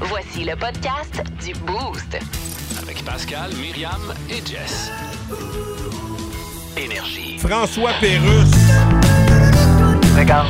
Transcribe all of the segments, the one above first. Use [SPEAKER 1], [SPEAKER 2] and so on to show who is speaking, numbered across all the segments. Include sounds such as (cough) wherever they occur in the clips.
[SPEAKER 1] Voici le podcast du Boost.
[SPEAKER 2] Avec Pascal, Myriam et Jess. Énergie.
[SPEAKER 3] François Pérus.
[SPEAKER 4] Regarde,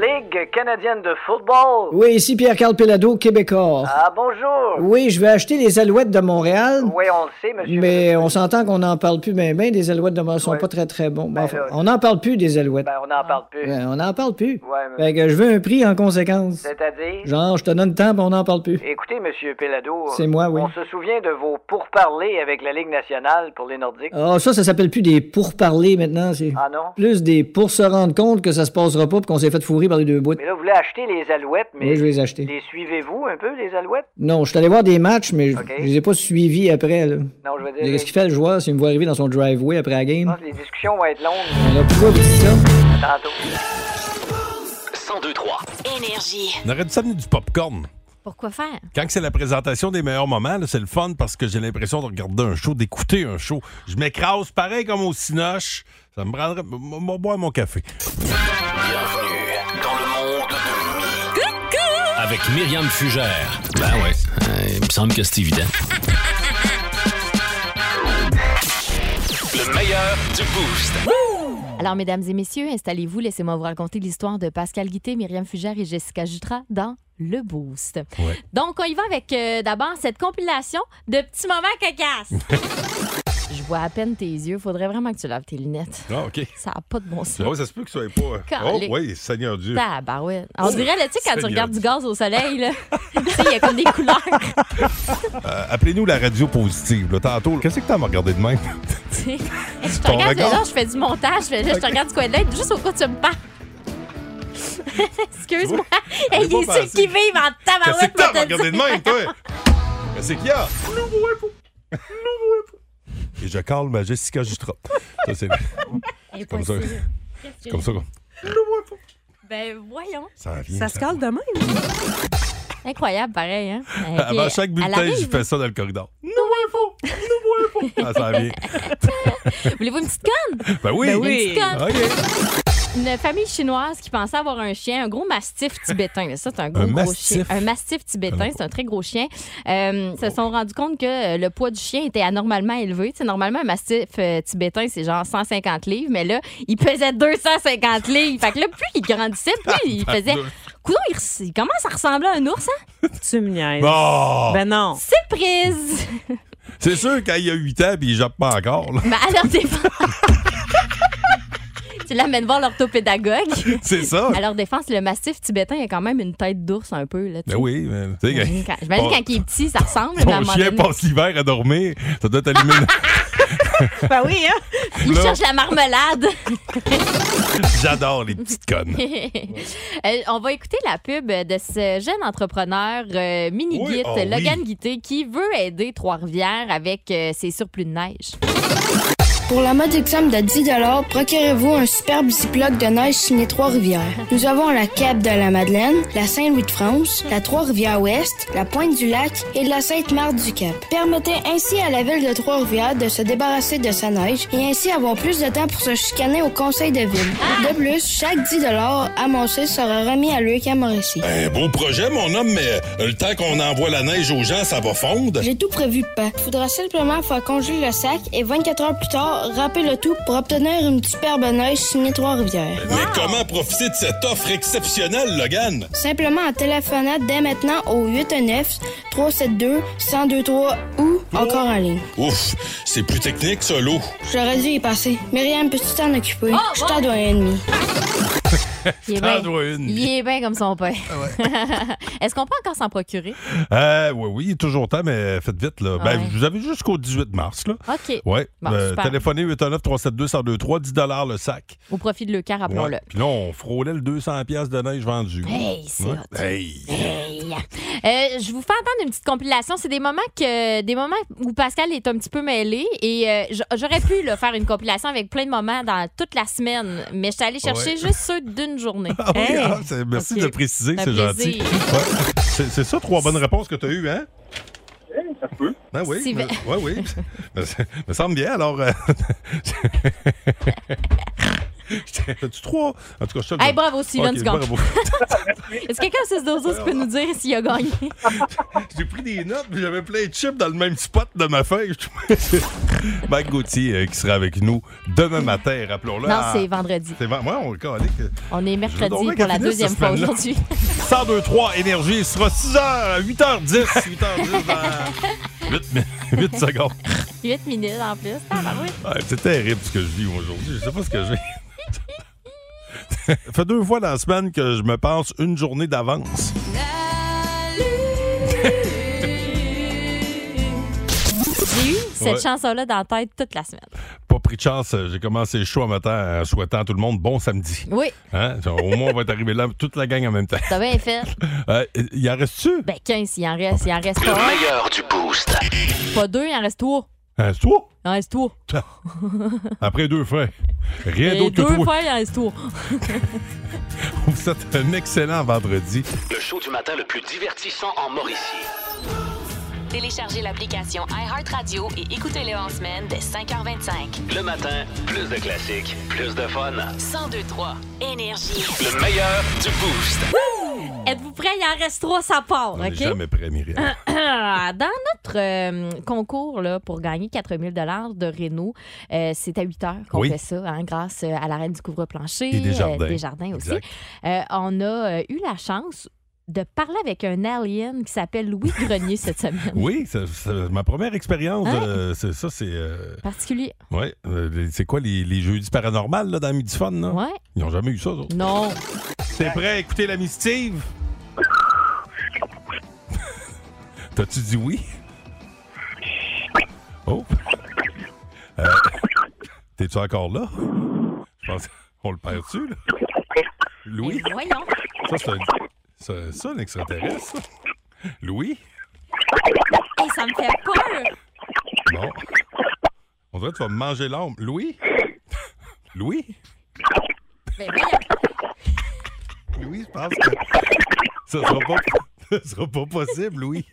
[SPEAKER 4] Ligue canadienne de football.
[SPEAKER 5] Oui, ici Pierre-Carl Pelado, Québécois.
[SPEAKER 4] Ah, bonjour.
[SPEAKER 5] Oui, je vais acheter les alouettes de Montréal.
[SPEAKER 4] Oui, on le sait, monsieur.
[SPEAKER 5] Mais on s'entend qu'on n'en parle plus, mais ben, des alouettes de Montréal sont
[SPEAKER 4] Ouais.
[SPEAKER 5] pas très très bons. Bon,
[SPEAKER 4] Ben,
[SPEAKER 5] enfin,
[SPEAKER 4] là,
[SPEAKER 5] on n'en parle plus des alouettes.
[SPEAKER 4] Ben, on n'en parle plus.
[SPEAKER 5] Ben, on n'en parle plus.
[SPEAKER 4] Ouais, mais-
[SPEAKER 5] Fait que je veux un prix en conséquence.
[SPEAKER 4] C'est-à-dire?
[SPEAKER 5] Genre, je te donne le temps, mais on n'en parle plus.
[SPEAKER 4] Écoutez, monsieur Pelado.
[SPEAKER 5] C'est moi, oui.
[SPEAKER 4] On se souvient de vos pourparlers avec la Ligue nationale pour les Nordiques.
[SPEAKER 5] Ah, ça, ça s'appelle plus des pourparlers maintenant. C'est
[SPEAKER 4] Ah non?
[SPEAKER 5] plus des pour se rendre compte que ça se passera pas puis qu'on s'est fait fourrer par les deux bouts.
[SPEAKER 4] Mais là, vous voulez acheter les alouettes, mais
[SPEAKER 5] Oui, je vais les acheter.
[SPEAKER 4] les suivez-vous un peu, les alouettes?
[SPEAKER 5] Non, je suis allé voir des matchs, mais je-
[SPEAKER 4] Ok.
[SPEAKER 5] je les ai pas suivis après. Là.
[SPEAKER 4] Non, je veux dire... Ah,
[SPEAKER 5] Qu'est-ce qu'il fait le joueur s'il me voit arriver dans son driveway après la
[SPEAKER 4] Je
[SPEAKER 5] game?
[SPEAKER 4] pense que les discussions vont être longues
[SPEAKER 5] Alors pourquoi vous dites ça?
[SPEAKER 4] tantôt.
[SPEAKER 2] 1023.
[SPEAKER 1] Énergie.
[SPEAKER 3] On aurait dû s'amener du popcorn.
[SPEAKER 6] Pourquoi faire?
[SPEAKER 3] Quand c'est la présentation des meilleurs moments, là, c'est le fun parce que j'ai l'impression de regarder un show, d'écouter un show. Je m'écrase pareil comme au Cinoche. Ça me prendrait. m- m- boire mon café.
[SPEAKER 2] Bienvenue dans le monde de Mi. Avec Myriam Fugère. Ben ouais. il me semble que c'est évident. Le meilleur du boost.
[SPEAKER 6] Alors, mesdames et messieurs, installez-vous. Laissez-moi vous raconter l'histoire de Pascal Guité, Myriam Fugère et Jessica Jutra dans Le Boost.
[SPEAKER 3] Ouais.
[SPEAKER 6] Donc, on y va avec euh, d'abord cette compilation de petits moments
[SPEAKER 3] (laughs)
[SPEAKER 6] cocasses. Je vois à peine tes yeux. Faudrait vraiment que tu laves tes lunettes.
[SPEAKER 3] Ah, OK.
[SPEAKER 6] Ça n'a pas de bon sens.
[SPEAKER 3] Ouais, ça se peut que ce soit pas. Oh,
[SPEAKER 6] Calé.
[SPEAKER 3] oui, Seigneur Dieu.
[SPEAKER 6] Tabarouette. bah On dirait, là, tu sais, quand tu
[SPEAKER 3] Seigneur
[SPEAKER 6] regardes du
[SPEAKER 3] Dieu.
[SPEAKER 6] gaz au soleil, là, (laughs) tu sais, il y a comme des couleurs.
[SPEAKER 3] Euh, Appelez-nous la radio positive. Là, tantôt, là, qu'est-ce que t'as à me regarder (laughs) de même?
[SPEAKER 6] (laughs) tu sais. je te
[SPEAKER 3] Ton
[SPEAKER 6] regarde de
[SPEAKER 3] regard.
[SPEAKER 6] là, je fais du montage, je, fais- je te regarde du coin de l'œil, juste au cas où
[SPEAKER 3] (laughs)
[SPEAKER 6] tu me parles. Excuse-moi.
[SPEAKER 3] pas
[SPEAKER 6] Hey, il est sur le
[SPEAKER 3] pensé.
[SPEAKER 6] qui-vive en
[SPEAKER 3] Qu'est-ce
[SPEAKER 6] tabarouette,
[SPEAKER 3] que t'as à
[SPEAKER 6] moi,
[SPEAKER 3] me
[SPEAKER 6] te le
[SPEAKER 3] regarder de même, toi? Qu'est-ce qu'il y a? Nouveau info. Nouveau info. Et je calme ma Jessica Jutra. Ça, c'est
[SPEAKER 6] dis.
[SPEAKER 3] comme ça.
[SPEAKER 6] (laughs) Impossible. Qu'est-ce que
[SPEAKER 3] comme
[SPEAKER 6] j'ai-
[SPEAKER 3] ça. qu'on-
[SPEAKER 6] Ben voyons.
[SPEAKER 3] Ça en vient.
[SPEAKER 7] Ça se
[SPEAKER 3] ça.
[SPEAKER 7] cale de même.
[SPEAKER 6] Incroyable,
[SPEAKER 3] (laughs)
[SPEAKER 6] pareil, hein? Et
[SPEAKER 3] Avant
[SPEAKER 6] puis,
[SPEAKER 3] chaque
[SPEAKER 6] à
[SPEAKER 3] bulletin,
[SPEAKER 6] l'arrive,
[SPEAKER 3] je fais ça dans le corridor. Nouveau info!
[SPEAKER 6] (laughs)
[SPEAKER 3] Nouveau info! Ah, ça en vient.
[SPEAKER 6] Voulez-vous une petite conne?
[SPEAKER 3] Ben oui!
[SPEAKER 7] Ben oui.
[SPEAKER 6] Une petite conne.
[SPEAKER 3] OK.
[SPEAKER 6] Une famille chinoise qui pensait avoir un chien, un gros mastif tibétain. Mais Ça, c'est un gros,
[SPEAKER 3] Un
[SPEAKER 6] gros
[SPEAKER 3] mastif.
[SPEAKER 6] chien. Un mastif tibétain, c'est un très gros chien. Euh, se sont rendus compte que euh, le poids du chien était anormalement élevé. Tu sais, normalement, un mastif euh, tibétain, c'est genre 150 livres, mais là, il pesait 250 livres. Fait que là, plus il grandissait, plus il faisait. Coudon, il, res- il commence à ressembler à un ours, hein?
[SPEAKER 7] Tu me niaises.
[SPEAKER 3] Bon!
[SPEAKER 7] Ben non.
[SPEAKER 6] Surprise!
[SPEAKER 3] C'est sûr, quand il y a 8 ans, puis il jappe pas encore.
[SPEAKER 6] (laughs)
[SPEAKER 3] là.
[SPEAKER 6] Mais à leur défense. tu l'amènes voir l'orthopédagogue.
[SPEAKER 3] C'est ça.
[SPEAKER 6] À leur défense, le massif tibétain a quand même une tête d'ours un peu. Là, tu
[SPEAKER 3] Ben
[SPEAKER 6] sais.
[SPEAKER 3] oui, mais tu sais,
[SPEAKER 6] J'imagine
[SPEAKER 3] quand-
[SPEAKER 6] quand, j'imagine
[SPEAKER 3] Bon.
[SPEAKER 6] quand il est petit, ça ressemble. mais à un
[SPEAKER 3] ton
[SPEAKER 6] moment
[SPEAKER 3] chien
[SPEAKER 6] donné,
[SPEAKER 3] passe l'hiver à dormir, ça doit t'allumer une-
[SPEAKER 7] Ben oui, hein?
[SPEAKER 6] il
[SPEAKER 3] là.
[SPEAKER 6] cherche la marmelade.
[SPEAKER 3] (laughs)
[SPEAKER 6] (laughs)
[SPEAKER 3] J'adore les petites connes.
[SPEAKER 6] Euh, On va écouter la pub de ce jeune entrepreneur euh, mini-guide,
[SPEAKER 3] Oui, oh
[SPEAKER 6] Logan
[SPEAKER 3] oui.
[SPEAKER 6] Guité, qui veut aider Trois-Rivières avec euh, ses surplus de neige.
[SPEAKER 8] Pour la mode exemple de 10 procurez-vous un superbe ziploc de neige signé Trois-Rivières. Nous avons la Cape de la Madeleine, la Saint-Louis-de-France, la Trois-Rivières-Ouest, la Pointe du Lac et la Sainte-Marthe-du-Cap. Permettez ainsi à la ville de Trois-Rivières de se débarrasser de sa neige et ainsi avoir plus de temps pour se chicaner au conseil de ville. De plus, chaque 10 amassé sera remis à Luc Mauricie.
[SPEAKER 3] Un beau projet, mon homme, mais euh, le temps qu'on envoie la neige aux gens, ça va fondre.
[SPEAKER 8] J'ai tout prévu, pas. Faudra simplement faire congeler le sac et 24 heures plus tard, râper le tout pour obtenir une superbe neige signée Trois-Rivières.
[SPEAKER 3] Mais comment profiter de cette offre exceptionnelle, Logan?
[SPEAKER 8] Simplement en téléphonant dès maintenant au 819-372-1023 ou encore en ligne.
[SPEAKER 3] Ouf, c'est plus technique, solo. (laughs)
[SPEAKER 8] J'aurais dû y passer. Myriam, peux-tu t'en occuper? Je t'en dois un et demi.
[SPEAKER 6] Il est
[SPEAKER 3] T'en
[SPEAKER 6] bien-
[SPEAKER 3] dois une. Ah
[SPEAKER 6] il est bien comme son père. (laughs) Est-ce qu'on peut encore s'en procurer?
[SPEAKER 3] Euh, oui, oui, il est toujours temps, mais faites vite. Là. Ben,
[SPEAKER 6] Ouais.
[SPEAKER 3] vous avez jusqu'au 18 mars. Là.
[SPEAKER 6] OK.
[SPEAKER 3] Ouais.
[SPEAKER 6] Bon,
[SPEAKER 3] Euh,
[SPEAKER 6] super.
[SPEAKER 3] téléphonez 819-372-1023, 10 le sac.
[SPEAKER 6] Au profit de Lucas, rappelons-le.
[SPEAKER 3] Ouais. Puis là, on fraudait le 200 pièces de neige vendue.
[SPEAKER 6] Hey, c'est
[SPEAKER 3] Ouais.
[SPEAKER 6] hot. (laughs)
[SPEAKER 3] Hey.
[SPEAKER 6] Hey. Euh, je vous fais entendre une petite compilation. C'est des moments que des moments où Pascal est un petit peu mêlé et euh, j- j'aurais pu là, faire une compilation avec plein de moments dans toute la semaine, mais je suis allée chercher
[SPEAKER 3] Ouais.
[SPEAKER 6] juste ceux d'une
[SPEAKER 3] (laughs)
[SPEAKER 6] journée. Hein?
[SPEAKER 3] Ah oui,
[SPEAKER 6] Hey.
[SPEAKER 3] ah, c'est- merci
[SPEAKER 6] Ok.
[SPEAKER 3] de le préciser,
[SPEAKER 6] Un
[SPEAKER 3] c'est gentil.
[SPEAKER 6] plaisir.
[SPEAKER 3] Ouais. C'est c'est ça, trois bonnes réponses que tu as eues, hein? Ben oui,
[SPEAKER 6] C'est
[SPEAKER 3] me-
[SPEAKER 6] vrai.
[SPEAKER 3] ouais,
[SPEAKER 6] (laughs)
[SPEAKER 3] oui. me, me semble bien, alors. euh, (laughs) J'étais- As-tu trois? En tout cas, je te le
[SPEAKER 6] Hey,
[SPEAKER 3] donne.
[SPEAKER 6] bravo, Sylvain
[SPEAKER 3] Ok,
[SPEAKER 6] Dugan.
[SPEAKER 3] bravo. (laughs)
[SPEAKER 6] (laughs) Est-ce que quelqu'un au 6 12 qui peut nous dire s'il a gagné?
[SPEAKER 3] J'ai pris des notes, mais j'avais plein de chips dans le même spot de ma feuille. (laughs) Mike Gauthier euh, qui sera avec nous demain matin, rappelons-le. Ah,
[SPEAKER 6] non,
[SPEAKER 3] à-
[SPEAKER 6] c'est vendredi.
[SPEAKER 3] C'est vrai. Moi, on le calait que-
[SPEAKER 6] On est mercredi
[SPEAKER 3] donc bien
[SPEAKER 6] pour la
[SPEAKER 3] qu'elle finisse
[SPEAKER 6] deuxième
[SPEAKER 3] cette
[SPEAKER 6] fois
[SPEAKER 3] semaine-là. (laughs)
[SPEAKER 6] aujourd'hui.
[SPEAKER 3] 1023 Énergie, il sera 6h à 8h10. 8h10 dans 8,
[SPEAKER 6] (laughs)
[SPEAKER 3] secondes.
[SPEAKER 6] 8 minutes en plus. Ah, bah oui.
[SPEAKER 3] Ah, c'est terrible ce que je vis aujourd'hui. Je sais pas ce que j'ai. Ça fait deux fois dans la semaine que je me pense une journée d'avance.
[SPEAKER 6] J'ai eu cette
[SPEAKER 3] Ouais.
[SPEAKER 6] chanson-là dans la tête toute la semaine.
[SPEAKER 3] Pas pris de chance, euh, j'ai commencé chaud en matin en souhaitant à tout le monde bon samedi.
[SPEAKER 6] Oui,
[SPEAKER 3] Hein? Au moins, on va être arrivé là, toute la gang en même temps.
[SPEAKER 6] t'as bien fait.
[SPEAKER 3] Euh, Il en reste-tu?
[SPEAKER 6] Ben 15, il en reste, il en reste pas
[SPEAKER 2] Le
[SPEAKER 6] un,
[SPEAKER 2] meilleur du boost.
[SPEAKER 6] pas deux, il en reste trois.
[SPEAKER 3] Un toi?
[SPEAKER 6] Il en reste trois.
[SPEAKER 3] Après deux frères. (laughs) Rien
[SPEAKER 6] Et
[SPEAKER 3] d'autre
[SPEAKER 6] Ben, deux
[SPEAKER 3] que toi.
[SPEAKER 6] fois, il en reste trois.
[SPEAKER 3] Vous souhaite un excellent vendredi.
[SPEAKER 2] Le show du matin le plus divertissant en Mauricie.
[SPEAKER 1] Téléchargez l'application iHeartRadio et écoutez-le en semaine dès 5h25.
[SPEAKER 2] Le matin, plus de classiques, plus de fun.
[SPEAKER 1] 1023 Énergie.
[SPEAKER 2] Le meilleur du boost.
[SPEAKER 6] (laughs) Êtes-vous prêts? Il en reste trois, ça part.
[SPEAKER 3] On n'est
[SPEAKER 6] OK?
[SPEAKER 3] jamais prêt, Myriam.
[SPEAKER 6] (coughs) Dans notre euh, concours là, pour gagner 4000 de Renault, euh, c'est à 8 heures qu'on
[SPEAKER 3] Oui.
[SPEAKER 6] fait ça, hein, grâce à la reine du couvre-plancher,
[SPEAKER 3] Et des jardins.
[SPEAKER 6] euh, des jardins aussi.
[SPEAKER 3] Exact.
[SPEAKER 6] Euh, on a euh, eu la chance de parler avec un alien qui s'appelle Louis Grenier cette semaine.
[SPEAKER 3] Oui, c'est c'est ma première expérience.
[SPEAKER 6] Hein?
[SPEAKER 3] euh, c'est ça, c'est. euh,
[SPEAKER 6] Particulier.
[SPEAKER 3] ouais, euh, les- c'est quoi les, les jeudis paranormales là, dans Midi Fun? Là?
[SPEAKER 6] Ouais.
[SPEAKER 3] Ils n'ont jamais eu ça, eux autres.
[SPEAKER 6] Non.
[SPEAKER 3] T'es prêt à écouter la mystive? (laughs) T'as-tu dit oui? Oh! Euh, T'es-tu encore là? Je pense qu'on le perd-tu, là?
[SPEAKER 6] Eh
[SPEAKER 3] Louis?
[SPEAKER 6] Mais voyons.
[SPEAKER 3] Ça, c'est un, c'est ça, un extraterrestre, ça? Louis?
[SPEAKER 6] Hey, ça me fait
[SPEAKER 3] (laughs)
[SPEAKER 6] peur.
[SPEAKER 3] Non. On dirait que tu vas me manger l'âme. Louis? Louis?
[SPEAKER 6] Mais Ben voyons.
[SPEAKER 3] Louis, je pense que ça sera pas, ça sera pas possible, Louis.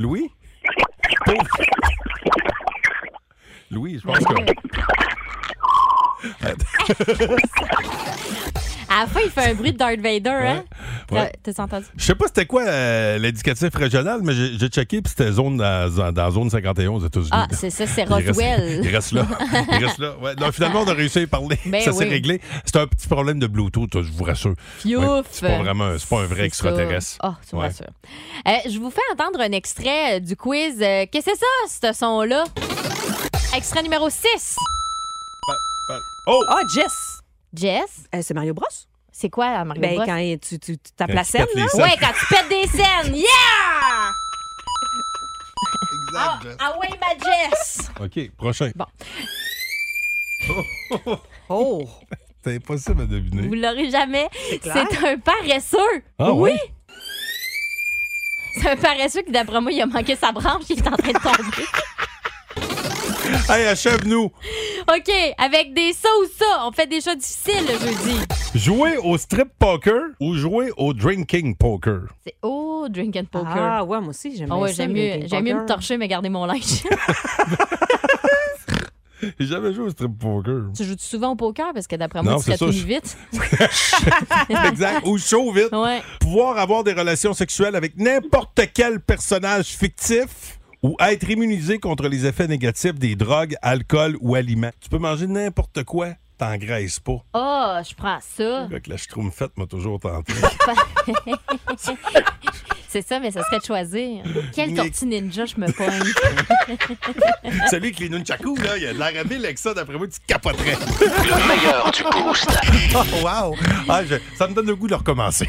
[SPEAKER 3] Louis? Pauvre- Louis, je pense que...
[SPEAKER 6] À la fin, il fait un bruit de Darth Vader, hein?
[SPEAKER 3] Ouais.
[SPEAKER 6] T'as- T'as entendu?
[SPEAKER 3] Je sais pas c'était quoi euh, l'éducatif régional, mais j'ai j'ai checké, puis c'était zone dans, dans zone 51 aux États-Unis.
[SPEAKER 6] Ah, c'est ça, c'est
[SPEAKER 3] Il reste-
[SPEAKER 6] Roswell.
[SPEAKER 3] Il reste,
[SPEAKER 6] (laughs)
[SPEAKER 3] là. Il reste là. Ouais. Non, finalement, on a réussi à y parler.
[SPEAKER 6] Ben
[SPEAKER 3] ça s'est
[SPEAKER 6] oui.
[SPEAKER 3] réglé. C'est un petit problème de Bluetooth, je vous rassure.
[SPEAKER 6] Piouf!
[SPEAKER 3] Ouais, c'est pas vraiment un- c'est pas un vrai
[SPEAKER 6] C'est
[SPEAKER 3] extraterrestre.
[SPEAKER 6] ça. Ah, tu me
[SPEAKER 3] Ouais.
[SPEAKER 6] rassures. Euh, je vous fais entendre un extrait euh, du quiz. Euh, Qu'est-ce que c'est ça, ce son-là? Extrait numéro 6.
[SPEAKER 3] Oh!
[SPEAKER 7] Ah, Jess!
[SPEAKER 6] Jess,
[SPEAKER 7] Euh, c'est Mario Bros?
[SPEAKER 6] c'est quoi la Mario
[SPEAKER 7] Ben,
[SPEAKER 6] Bros?
[SPEAKER 7] quand il- tu, tu, tu tapes
[SPEAKER 3] Quand
[SPEAKER 7] la
[SPEAKER 3] tu
[SPEAKER 7] scène,
[SPEAKER 3] pètes les
[SPEAKER 7] là.
[SPEAKER 3] scènes.
[SPEAKER 6] Ouais, quand tu pètes des
[SPEAKER 7] (laughs)
[SPEAKER 6] scènes. Yeah! Ah,
[SPEAKER 3] Exact,
[SPEAKER 6] ah ouais, ma Jess!
[SPEAKER 3] OK, prochain. (laughs)
[SPEAKER 6] Bon.
[SPEAKER 7] Oh!
[SPEAKER 3] C'est impossible à deviner.
[SPEAKER 6] Vous l'aurez jamais.
[SPEAKER 7] clair.
[SPEAKER 6] C'est un paresseux.
[SPEAKER 3] Ah
[SPEAKER 6] oui?
[SPEAKER 3] ouais?
[SPEAKER 6] C'est un paresseux qui, d'après moi, il a manqué sa branche. Il est en train de
[SPEAKER 7] (laughs)
[SPEAKER 6] tomber.
[SPEAKER 3] Hey, achève-nous!
[SPEAKER 6] OK, avec des ça ou ça, on fait des choses difficiles le jeudi.
[SPEAKER 3] Jouer au strip poker ou jouer au drinking poker?
[SPEAKER 6] C'est oh, drink and poker.
[SPEAKER 7] Ah, ouais, moi aussi, j'aime
[SPEAKER 6] Ah
[SPEAKER 7] bien
[SPEAKER 6] ouais,
[SPEAKER 7] ça,
[SPEAKER 6] j'aime
[SPEAKER 7] le
[SPEAKER 6] mieux,
[SPEAKER 7] Linkin
[SPEAKER 6] j'aime mieux
[SPEAKER 7] Parker.
[SPEAKER 6] me torcher mais garder mon
[SPEAKER 7] (laughs)
[SPEAKER 6] linge.
[SPEAKER 3] J'ai jamais joué au strip
[SPEAKER 6] (laughs)
[SPEAKER 3] poker.
[SPEAKER 6] tu joues souvent au poker parce que d'après moi,
[SPEAKER 3] Non,
[SPEAKER 6] tu
[SPEAKER 3] c'est ça,
[SPEAKER 6] serais tout nu
[SPEAKER 3] je-
[SPEAKER 6] vite.
[SPEAKER 3] exact. Ou chaud vite.
[SPEAKER 6] Ouais.
[SPEAKER 3] Pouvoir avoir des relations sexuelles avec n'importe quel personnage fictif ou être immunisé contre les effets négatifs des drogues, alcool ou aliments. Tu peux manger n'importe quoi, t'engraisses pas.
[SPEAKER 6] Ah, je prends ça.
[SPEAKER 3] Avec la schtroumpfette m'a toujours tenté.
[SPEAKER 6] (laughs) C'est ça, mais ça serait de choisir. Quel
[SPEAKER 3] Mais-
[SPEAKER 6] tortue ninja je me
[SPEAKER 3] (laughs)
[SPEAKER 6] pogne.
[SPEAKER 3] Celui avec les nunchakus, là, il a de l'air habile avec ça, d'après moi, tu te capoterais. (laughs)
[SPEAKER 2] Le meilleur du boost.
[SPEAKER 3] Oh, wow! Ah, je- ça me donne le goût de recommencer.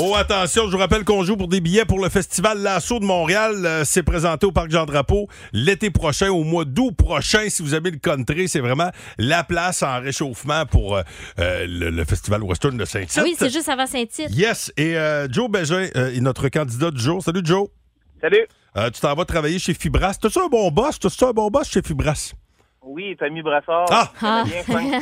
[SPEAKER 3] Oh, attention, je vous rappelle qu'on joue pour des billets pour le festival L'Assaut de Montréal. Euh, c'est présenté au Parc Jean-Drapeau l'été prochain, au mois d'août prochain. Si vous aimez le country, c'est vraiment la place en réchauffement pour euh, euh, le, le festival Western de Saint-Tite.
[SPEAKER 6] Ah Oui, c'est juste avant Saint-Titre.
[SPEAKER 3] Yes, et euh, Joe Bégin euh, est notre candidat du jour. Salut, Joe.
[SPEAKER 9] Salut.
[SPEAKER 3] Euh, tu t'en vas travailler chez Fibras. tas ça un bon boss? tas ça un bon boss chez Fibras?
[SPEAKER 9] (laughs) Oui, Famille Brassard.
[SPEAKER 3] Ah!
[SPEAKER 6] (laughs) Ah.
[SPEAKER 9] Bien, Frank.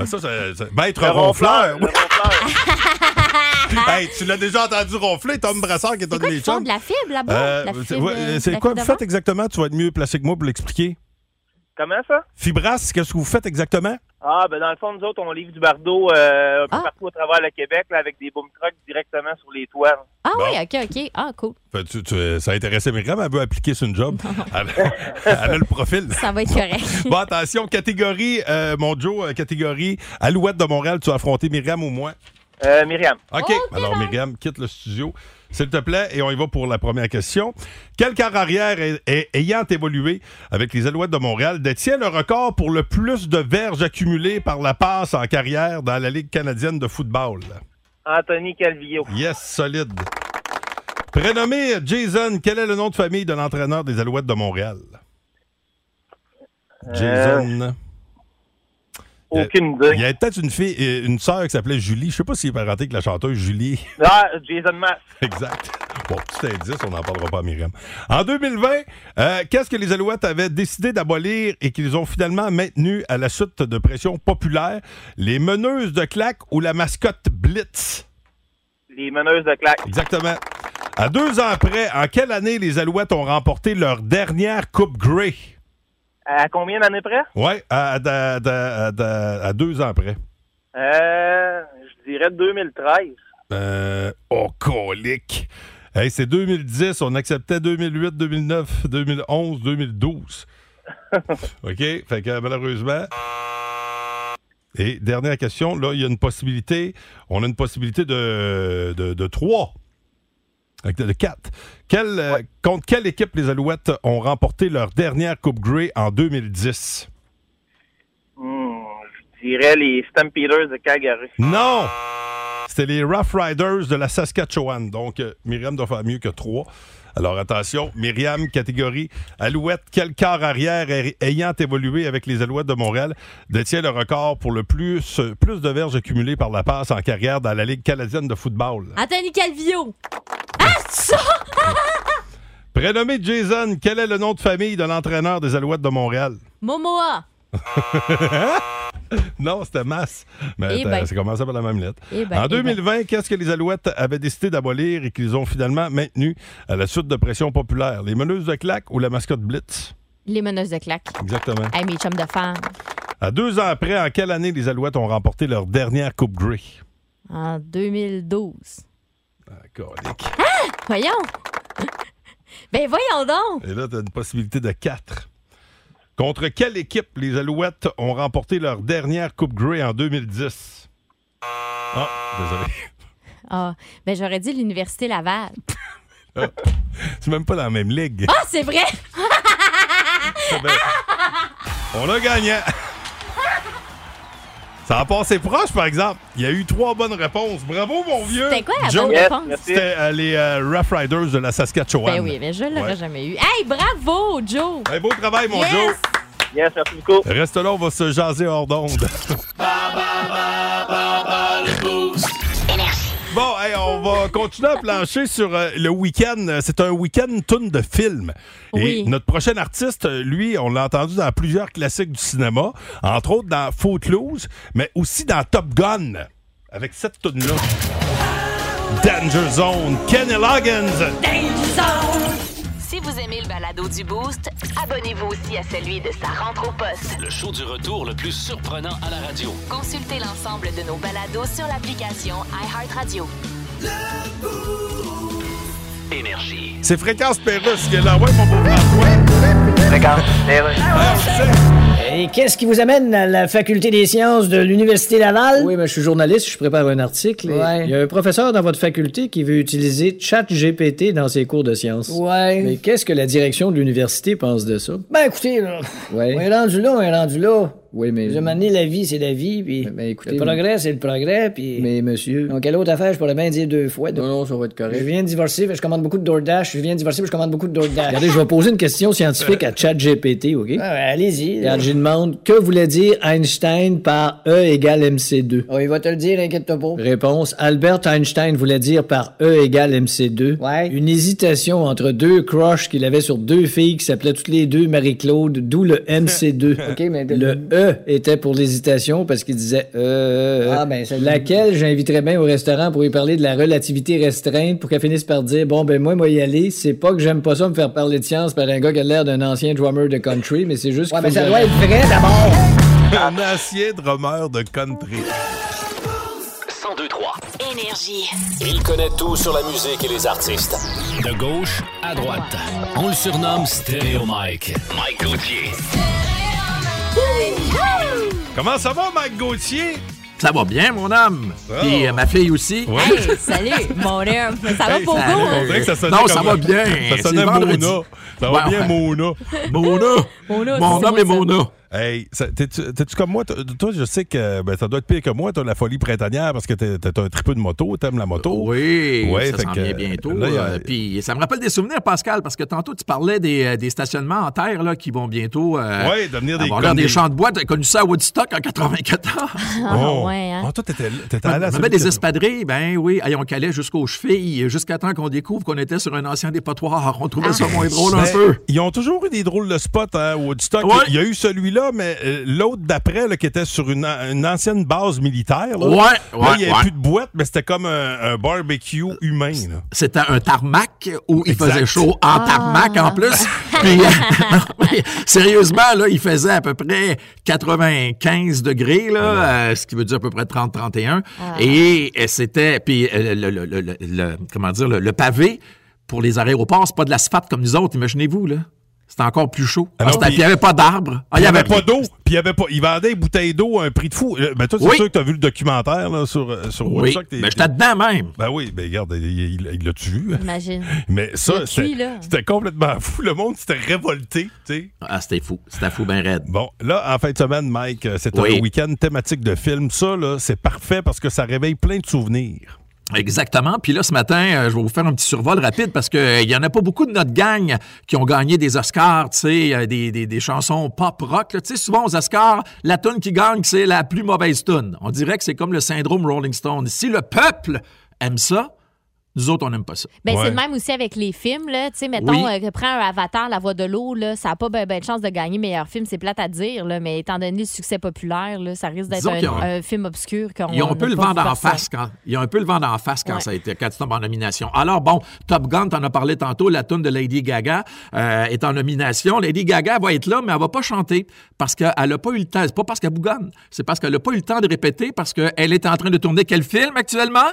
[SPEAKER 3] Ah, ça, c'est c'est- maître
[SPEAKER 9] Le
[SPEAKER 3] ronfleur.
[SPEAKER 9] Le ronfleur.
[SPEAKER 3] (laughs) Hey, tu l'as déjà entendu ronfler, Tom Brassard, qui est un
[SPEAKER 6] C'est
[SPEAKER 3] de
[SPEAKER 6] quoi,
[SPEAKER 3] mes
[SPEAKER 6] ils font
[SPEAKER 3] chums.
[SPEAKER 6] Ah, de la fibre là-bas?
[SPEAKER 3] Euh,
[SPEAKER 6] De la
[SPEAKER 3] c'est
[SPEAKER 6] fibre,
[SPEAKER 3] ouais,
[SPEAKER 6] euh,
[SPEAKER 3] c'est
[SPEAKER 6] de la
[SPEAKER 3] quoi vous
[SPEAKER 6] fibre de
[SPEAKER 3] faites
[SPEAKER 6] verre?
[SPEAKER 3] exactement? Tu vas être mieux placé que moi pour l'expliquer.
[SPEAKER 9] Comment ça?
[SPEAKER 3] Fibras, qu'est-ce que vous faites exactement?
[SPEAKER 9] Ah, ben dans le fond, nous autres, on livre du bardeau euh, un peu
[SPEAKER 6] Ah.
[SPEAKER 9] partout à travers le Québec là, avec des boom trucks directement sur les toits.
[SPEAKER 6] Ah
[SPEAKER 3] Bon.
[SPEAKER 6] oui, OK, OK. Ah, cool.
[SPEAKER 3] Fait, tu- tu- euh, ça intéressait Myriam, elle veut appliquer sur une job. Elle, elle a le profil.
[SPEAKER 6] Ça va être correct.
[SPEAKER 3] Bon, attention, catégorie, euh, mon Joe, euh, catégorie Alouette de Montréal, tu as affronté Myriam ou moi?
[SPEAKER 9] Euh, Myriam,
[SPEAKER 3] OK.
[SPEAKER 6] Oh,
[SPEAKER 3] Alors, Myriam, quitte le studio, s'il te plaît, et on y va pour la première question. Quel quart arrière est- est- ayant évolué avec les Alouettes de Montréal détient le record pour le plus de verges accumulées par la passe en carrière dans la Ligue canadienne de football?
[SPEAKER 9] Anthony Calvillo.
[SPEAKER 3] Yes, solide. Prénommé Jason, quel est le nom de famille de l'entraîneur des Alouettes de Montréal? Jason.
[SPEAKER 9] Euh, Aucune
[SPEAKER 3] Il
[SPEAKER 9] idée.
[SPEAKER 3] y avait peut-être une fille, euh, une sœur qui s'appelait Julie. Je sais pas s'il est parenté avec la chanteuse Julie.
[SPEAKER 9] Ah, Jason Mass.
[SPEAKER 3] (laughs) Exact. Bon, petit indice, on n'en parlera pas à Myriam. En 2020, euh, qu'est-ce que les Alouettes avaient décidé d'abolir et qu'ils ont finalement maintenu à la suite de pression populaire? Les meneuses de claque ou la mascotte Blitz?
[SPEAKER 9] Les meneuses de claque.
[SPEAKER 3] Exactement. À deux ans après, en quelle année les Alouettes ont remporté leur dernière Coupe Grey?
[SPEAKER 9] À combien d'années près?
[SPEAKER 3] Ouais, à, à- à- à- à deux ans après.
[SPEAKER 9] Euh, je dirais 2013.
[SPEAKER 3] Euh, oh, colique! Hey, c'est 2010, on acceptait 2008, 2009, 2011, 2012. OK? Fait que malheureusement. Et dernière question, là, il y a une possibilité. On a une possibilité de, de, de trois. Fait que De quatre. Quelle, euh, Contre quelle équipe les Alouettes ont remporté leur dernière Coupe Grey en 2010?
[SPEAKER 9] Hmm, je dirais les Stampeders de Calgary.
[SPEAKER 3] Non! C'était les Rough Riders de la Saskatchewan. Donc, euh, Myriam doit faire mieux que trois. Alors, attention, Myriam, catégorie Alouette, quel quart arrière ay- ayant évolué avec les Alouettes de Montréal détient le record pour le plus, euh, plus de verges accumulées par la passe en carrière dans la Ligue canadienne de football?
[SPEAKER 6] Anthony Calvillo. Ah,
[SPEAKER 3] Prénommé Jason, quel est le nom de famille de l'entraîneur des Alouettes de Montréal?
[SPEAKER 6] Momoa.
[SPEAKER 3] (laughs) Non, c'était Mass. Mais
[SPEAKER 6] Eh
[SPEAKER 3] t'as-
[SPEAKER 6] ben.
[SPEAKER 3] ça commençait par la même lettre.
[SPEAKER 6] Eh ben,
[SPEAKER 3] en
[SPEAKER 6] eh
[SPEAKER 3] 2020, qu'est-ce que les Alouettes avaient décidé d'abolir et qu'ils ont finalement maintenu à la suite de pression populaire? Les meneuses de claque ou la mascotte Blitz?
[SPEAKER 6] Les meneuses de claque.
[SPEAKER 3] Exactement.
[SPEAKER 6] Hey, mes chums de femmes.
[SPEAKER 3] À deux ans après, en quelle année les Alouettes ont remporté leur dernière Coupe Grey?
[SPEAKER 6] En 2012.
[SPEAKER 3] Ah, colique.
[SPEAKER 6] Ah! Voyons. (laughs) ben voyons donc.
[SPEAKER 3] Et là, tu as une possibilité de quatre. Contre quelle équipe les Alouettes ont remporté leur dernière Coupe Grey en 2010? Ah, désolé.
[SPEAKER 6] (laughs) Ah, ben j'aurais dit l'Université Laval.
[SPEAKER 3] Ah, C'est même pas dans la même ligue.
[SPEAKER 6] Ah, c'est vrai.
[SPEAKER 3] Ben, (laughs) on a gagné. Ça a passé proche, par exemple. Il y a eu trois bonnes réponses. Bravo, mon vieux.
[SPEAKER 6] C'était quoi la
[SPEAKER 3] Joe,
[SPEAKER 6] bonne
[SPEAKER 9] Yes,
[SPEAKER 6] réponse?
[SPEAKER 9] merci.
[SPEAKER 3] C'était euh, les euh, Rough Riders de la Saskatchewan.
[SPEAKER 6] Ben oui, mais je l'aurais
[SPEAKER 3] Ouais.
[SPEAKER 6] jamais eu. Hey, bravo, Joe.
[SPEAKER 3] Hey, beau travail, mon
[SPEAKER 6] Yes!
[SPEAKER 3] Joe.
[SPEAKER 9] Yes, merci beaucoup.
[SPEAKER 3] Reste là, on va se jaser hors d'onde. Bon, hey, on va continuer à plancher sur euh, le week-end. Euh, C'est un week-end tourne de films.
[SPEAKER 6] Oui.
[SPEAKER 3] Et notre prochain artiste, euh, lui, on l'a entendu dans plusieurs classiques du cinéma, entre autres dans Footloose, mais aussi dans Top Gun, avec cette tune-là. Danger Zone, Kenny Loggins.
[SPEAKER 1] Si vous aimez le balado du Boost, abonnez-vous aussi à celui de sa rentre au poste.
[SPEAKER 2] Le show du retour le plus surprenant à la radio.
[SPEAKER 1] Consultez l'ensemble de nos balados sur l'application iHeartRadio.
[SPEAKER 2] Énergie.
[SPEAKER 3] C'est Fréquence Pérusse qui est là. Ouais, mon beau François.
[SPEAKER 5] Et qu'est-ce qui vous amène à la faculté des sciences de l'Université Laval? Oui, mais je suis journaliste, je prépare un article. et
[SPEAKER 10] Ouais.
[SPEAKER 5] Il y a un professeur dans votre faculté qui veut utiliser ChatGPT dans ses cours de sciences.
[SPEAKER 10] Ouais.
[SPEAKER 5] Mais qu'est-ce que la direction de l'université pense de ça?
[SPEAKER 10] Ben écoutez, là,
[SPEAKER 5] Ouais.
[SPEAKER 10] on est rendu là, on est rendu là.
[SPEAKER 5] Oui, mais.
[SPEAKER 10] Je m'en la vie, c'est la vie, puis le progrès, c'est le progrès, puis...
[SPEAKER 5] Mais monsieur.
[SPEAKER 10] Donc, quelle autre affaire, je pourrais bien dire deux fois.
[SPEAKER 5] Non, non, ça va être correct.
[SPEAKER 10] Je viens de divorcer, fait que je commande beaucoup de DoorDash, je viens de divorcer, puis je commande beaucoup de DoorDash.
[SPEAKER 5] Regardez, je vais poser une question scientifique à ChatGPT, OK?
[SPEAKER 10] Ouais, ouais, allez-y.
[SPEAKER 5] Regarde, je lui demande que voulait dire Einstein par E égale MC2.
[SPEAKER 10] Oh, il va te le dire, inquiète-toi pas.
[SPEAKER 5] Réponse Albert Einstein voulait dire par E égale MC2 une hésitation entre deux crushs qu'il avait sur deux filles qui s'appelaient toutes les deux Marie-Claude, d'où le
[SPEAKER 10] (laughs)
[SPEAKER 5] MC2. (laughs)
[SPEAKER 10] OK, mais de-
[SPEAKER 5] Le E était pour l'hésitation parce qu'il disait euh, euh,
[SPEAKER 10] Ah, ben, ça-
[SPEAKER 5] laquelle j'inviterais bien au restaurant pour lui parler de la relativité restreinte pour qu'elle finisse par dire bon ben moi moi y aller c'est pas que j'aime pas ça me faire parler de science par un gars qui a l'air d'un ancien drummer de country mais c'est juste
[SPEAKER 10] Ouais,
[SPEAKER 5] qu'il
[SPEAKER 10] mais
[SPEAKER 5] faut
[SPEAKER 10] ça
[SPEAKER 5] que
[SPEAKER 10] doit
[SPEAKER 5] je-
[SPEAKER 10] être vrai d'abord.
[SPEAKER 3] (laughs) Un ancien drummer de country.
[SPEAKER 2] 1023.
[SPEAKER 1] Énergie.
[SPEAKER 2] Il connaît tout sur la musique et les artistes. De gauche à droite. On le surnomme Stéréo Mike. Mike Gauthier.
[SPEAKER 3] Comment ça va, Mike Gauthier?
[SPEAKER 11] Ça va bien, mon homme. Puis euh, ma fille aussi.
[SPEAKER 6] Hey,
[SPEAKER 11] (laughs)
[SPEAKER 6] salut, mon homme. Ça va
[SPEAKER 11] Hey,
[SPEAKER 6] pour
[SPEAKER 11] salut.
[SPEAKER 6] vous?
[SPEAKER 3] On dirait que ça sonnait
[SPEAKER 11] Ah, Non,
[SPEAKER 3] comme-
[SPEAKER 11] ça va bien.
[SPEAKER 3] Ça sonnait
[SPEAKER 11] C'est vendredi.
[SPEAKER 3] Mona. Ça va
[SPEAKER 11] Ouais,
[SPEAKER 3] bien,
[SPEAKER 11] ouais.
[SPEAKER 3] Mona.
[SPEAKER 11] (laughs) Mona.
[SPEAKER 6] Mona,
[SPEAKER 11] Mon
[SPEAKER 6] c'est
[SPEAKER 11] homme
[SPEAKER 6] moi,
[SPEAKER 11] et
[SPEAKER 6] ça.
[SPEAKER 11] Mona.
[SPEAKER 3] Hey, ça- t'es-tu t'es-tu comme moi? Toi, toi, je sais que ben, ça doit être pire que moi, t'as la folie printanière parce que t'es- t'as un tripeux de moto, t'aimes la moto.
[SPEAKER 11] Oui,
[SPEAKER 3] Ouais,
[SPEAKER 11] ça
[SPEAKER 3] fait
[SPEAKER 11] s'en
[SPEAKER 3] que,
[SPEAKER 11] vient bientôt.
[SPEAKER 3] là, il y a-
[SPEAKER 11] euh, Puis ça me rappelle des souvenirs, Pascal, parce que tantôt, tu parlais des, euh, des stationnements en terre là, qui vont bientôt euh,
[SPEAKER 3] Ouais, devenir des-
[SPEAKER 11] avoir
[SPEAKER 3] comme
[SPEAKER 11] l'air des,
[SPEAKER 3] des-
[SPEAKER 11] champs de bois. T'as connu ça à Woodstock en 94.
[SPEAKER 6] (laughs) Ah, ouais, hein?
[SPEAKER 3] Ah, toi, t'étais t'étais allé à
[SPEAKER 11] On
[SPEAKER 3] celui
[SPEAKER 11] avait des
[SPEAKER 3] qui-
[SPEAKER 11] espadrilles, ben oui, hey, on calait jusqu'aux chevilles, jusqu'à temps qu'on découvre qu'on était sur un ancien dépotoir. On trouvait ça moins drôle un
[SPEAKER 3] Mais
[SPEAKER 11] peu.
[SPEAKER 3] Ah, ben, Ils ont toujours eu des drôles de spots à Woodstock.
[SPEAKER 11] Ouais.
[SPEAKER 3] Il y a eu celui-là, mais euh, l'autre d'après, là, qui était sur une, an- une ancienne base militaire. Là.
[SPEAKER 11] Ouais,
[SPEAKER 3] Là,
[SPEAKER 11] ouais,
[SPEAKER 3] Il n'y avait
[SPEAKER 11] ouais.
[SPEAKER 3] plus de boîte, mais c'était comme un, un barbecue humain. là.
[SPEAKER 11] C'était un tarmac où il
[SPEAKER 3] Exact. Ah,
[SPEAKER 11] faisait chaud en tarmac en plus. Puis, ah, non, mais sérieusement, là, il faisait à peu près 95 degrés, là, euh, ce qui veut dire à peu près 30-31. Et euh, c'était, puis euh, le, le- le- le- le- comment dire, le, le pavé pour les aéroports, c'est pas de l'asphalte comme nous autres, imaginez-vous, là. C'était encore plus chaud.
[SPEAKER 3] Ah non,
[SPEAKER 11] Parce que-
[SPEAKER 3] puis-
[SPEAKER 11] puis il n'y avait pas d'arbres. Ah,
[SPEAKER 3] il n'y avait pas
[SPEAKER 11] rien.
[SPEAKER 3] d'eau, puis il y avait pas. Ils vendaient des bouteilles d'eau à un prix de fou. Euh, Ben toi, c'est
[SPEAKER 11] Oui.
[SPEAKER 3] sûr que tu as vu le documentaire là, sur, euh, sur
[SPEAKER 11] Oui,
[SPEAKER 3] Woodstock. t'es-
[SPEAKER 11] mais j'étais dedans même.
[SPEAKER 3] Ben oui, ben regarde, il- il il l'a-tu vu? hein?
[SPEAKER 6] Imagine.
[SPEAKER 3] Mais ça,
[SPEAKER 6] l'a cuit,
[SPEAKER 3] c'était
[SPEAKER 6] là.
[SPEAKER 3] c'était complètement fou. Le monde s'était révolté, tu sais.
[SPEAKER 11] Ah, c'était fou. C'était fou, ben raide.
[SPEAKER 3] Bon, là, en fin de semaine, Mike, euh, c'est
[SPEAKER 11] Oui.
[SPEAKER 3] un week-end thématique de film. Ça, là, c'est parfait parce que ça réveille plein de souvenirs.
[SPEAKER 11] Exactement. Puis là, ce matin, euh, je vais vous faire un petit survol rapide parce qu'il n'y en a pas beaucoup de notre gang qui ont gagné des Oscars, tu sais, euh, des, des- des chansons pop rock. là. Tu sais, souvent aux Oscars, la tune qui gagne, c'est la plus mauvaise tune. On dirait que c'est comme le syndrome Rolling Stone. Si le peuple aime ça, nous autres, on n'aime pas ça.
[SPEAKER 6] Ben,
[SPEAKER 11] Ouais.
[SPEAKER 6] c'est le même aussi avec les films. Là. Tu sais, mettons,
[SPEAKER 11] Oui.
[SPEAKER 6] euh, que prends un Avatar, La Voix de l'eau, là, ça n'a pas ben, ben de chance de gagner meilleur film. C'est plate à dire, là, mais étant donné le succès populaire, là, ça risque d'être
[SPEAKER 11] Disons qu'ils
[SPEAKER 6] un,
[SPEAKER 11] ont-
[SPEAKER 6] un film obscur. qu'on
[SPEAKER 11] Ils ont un peu
[SPEAKER 6] n'a
[SPEAKER 11] le
[SPEAKER 6] pas
[SPEAKER 11] vent
[SPEAKER 6] vu
[SPEAKER 11] d'en
[SPEAKER 6] personne.
[SPEAKER 11] face quand ils ont un peu le vent d'en face quand
[SPEAKER 6] Ouais.
[SPEAKER 11] ça a été quand tu tombes en nomination. Alors bon, Top Gun, t'en as parlé tantôt, la tune de Lady Gaga euh, est en nomination. Lady Gaga va être là, mais elle va pas chanter parce qu'elle a pas eu le temps. C'est pas parce qu'elle bougonne, c'est parce qu'elle a pas eu le temps de répéter parce qu'elle est en train de tourner quel film actuellement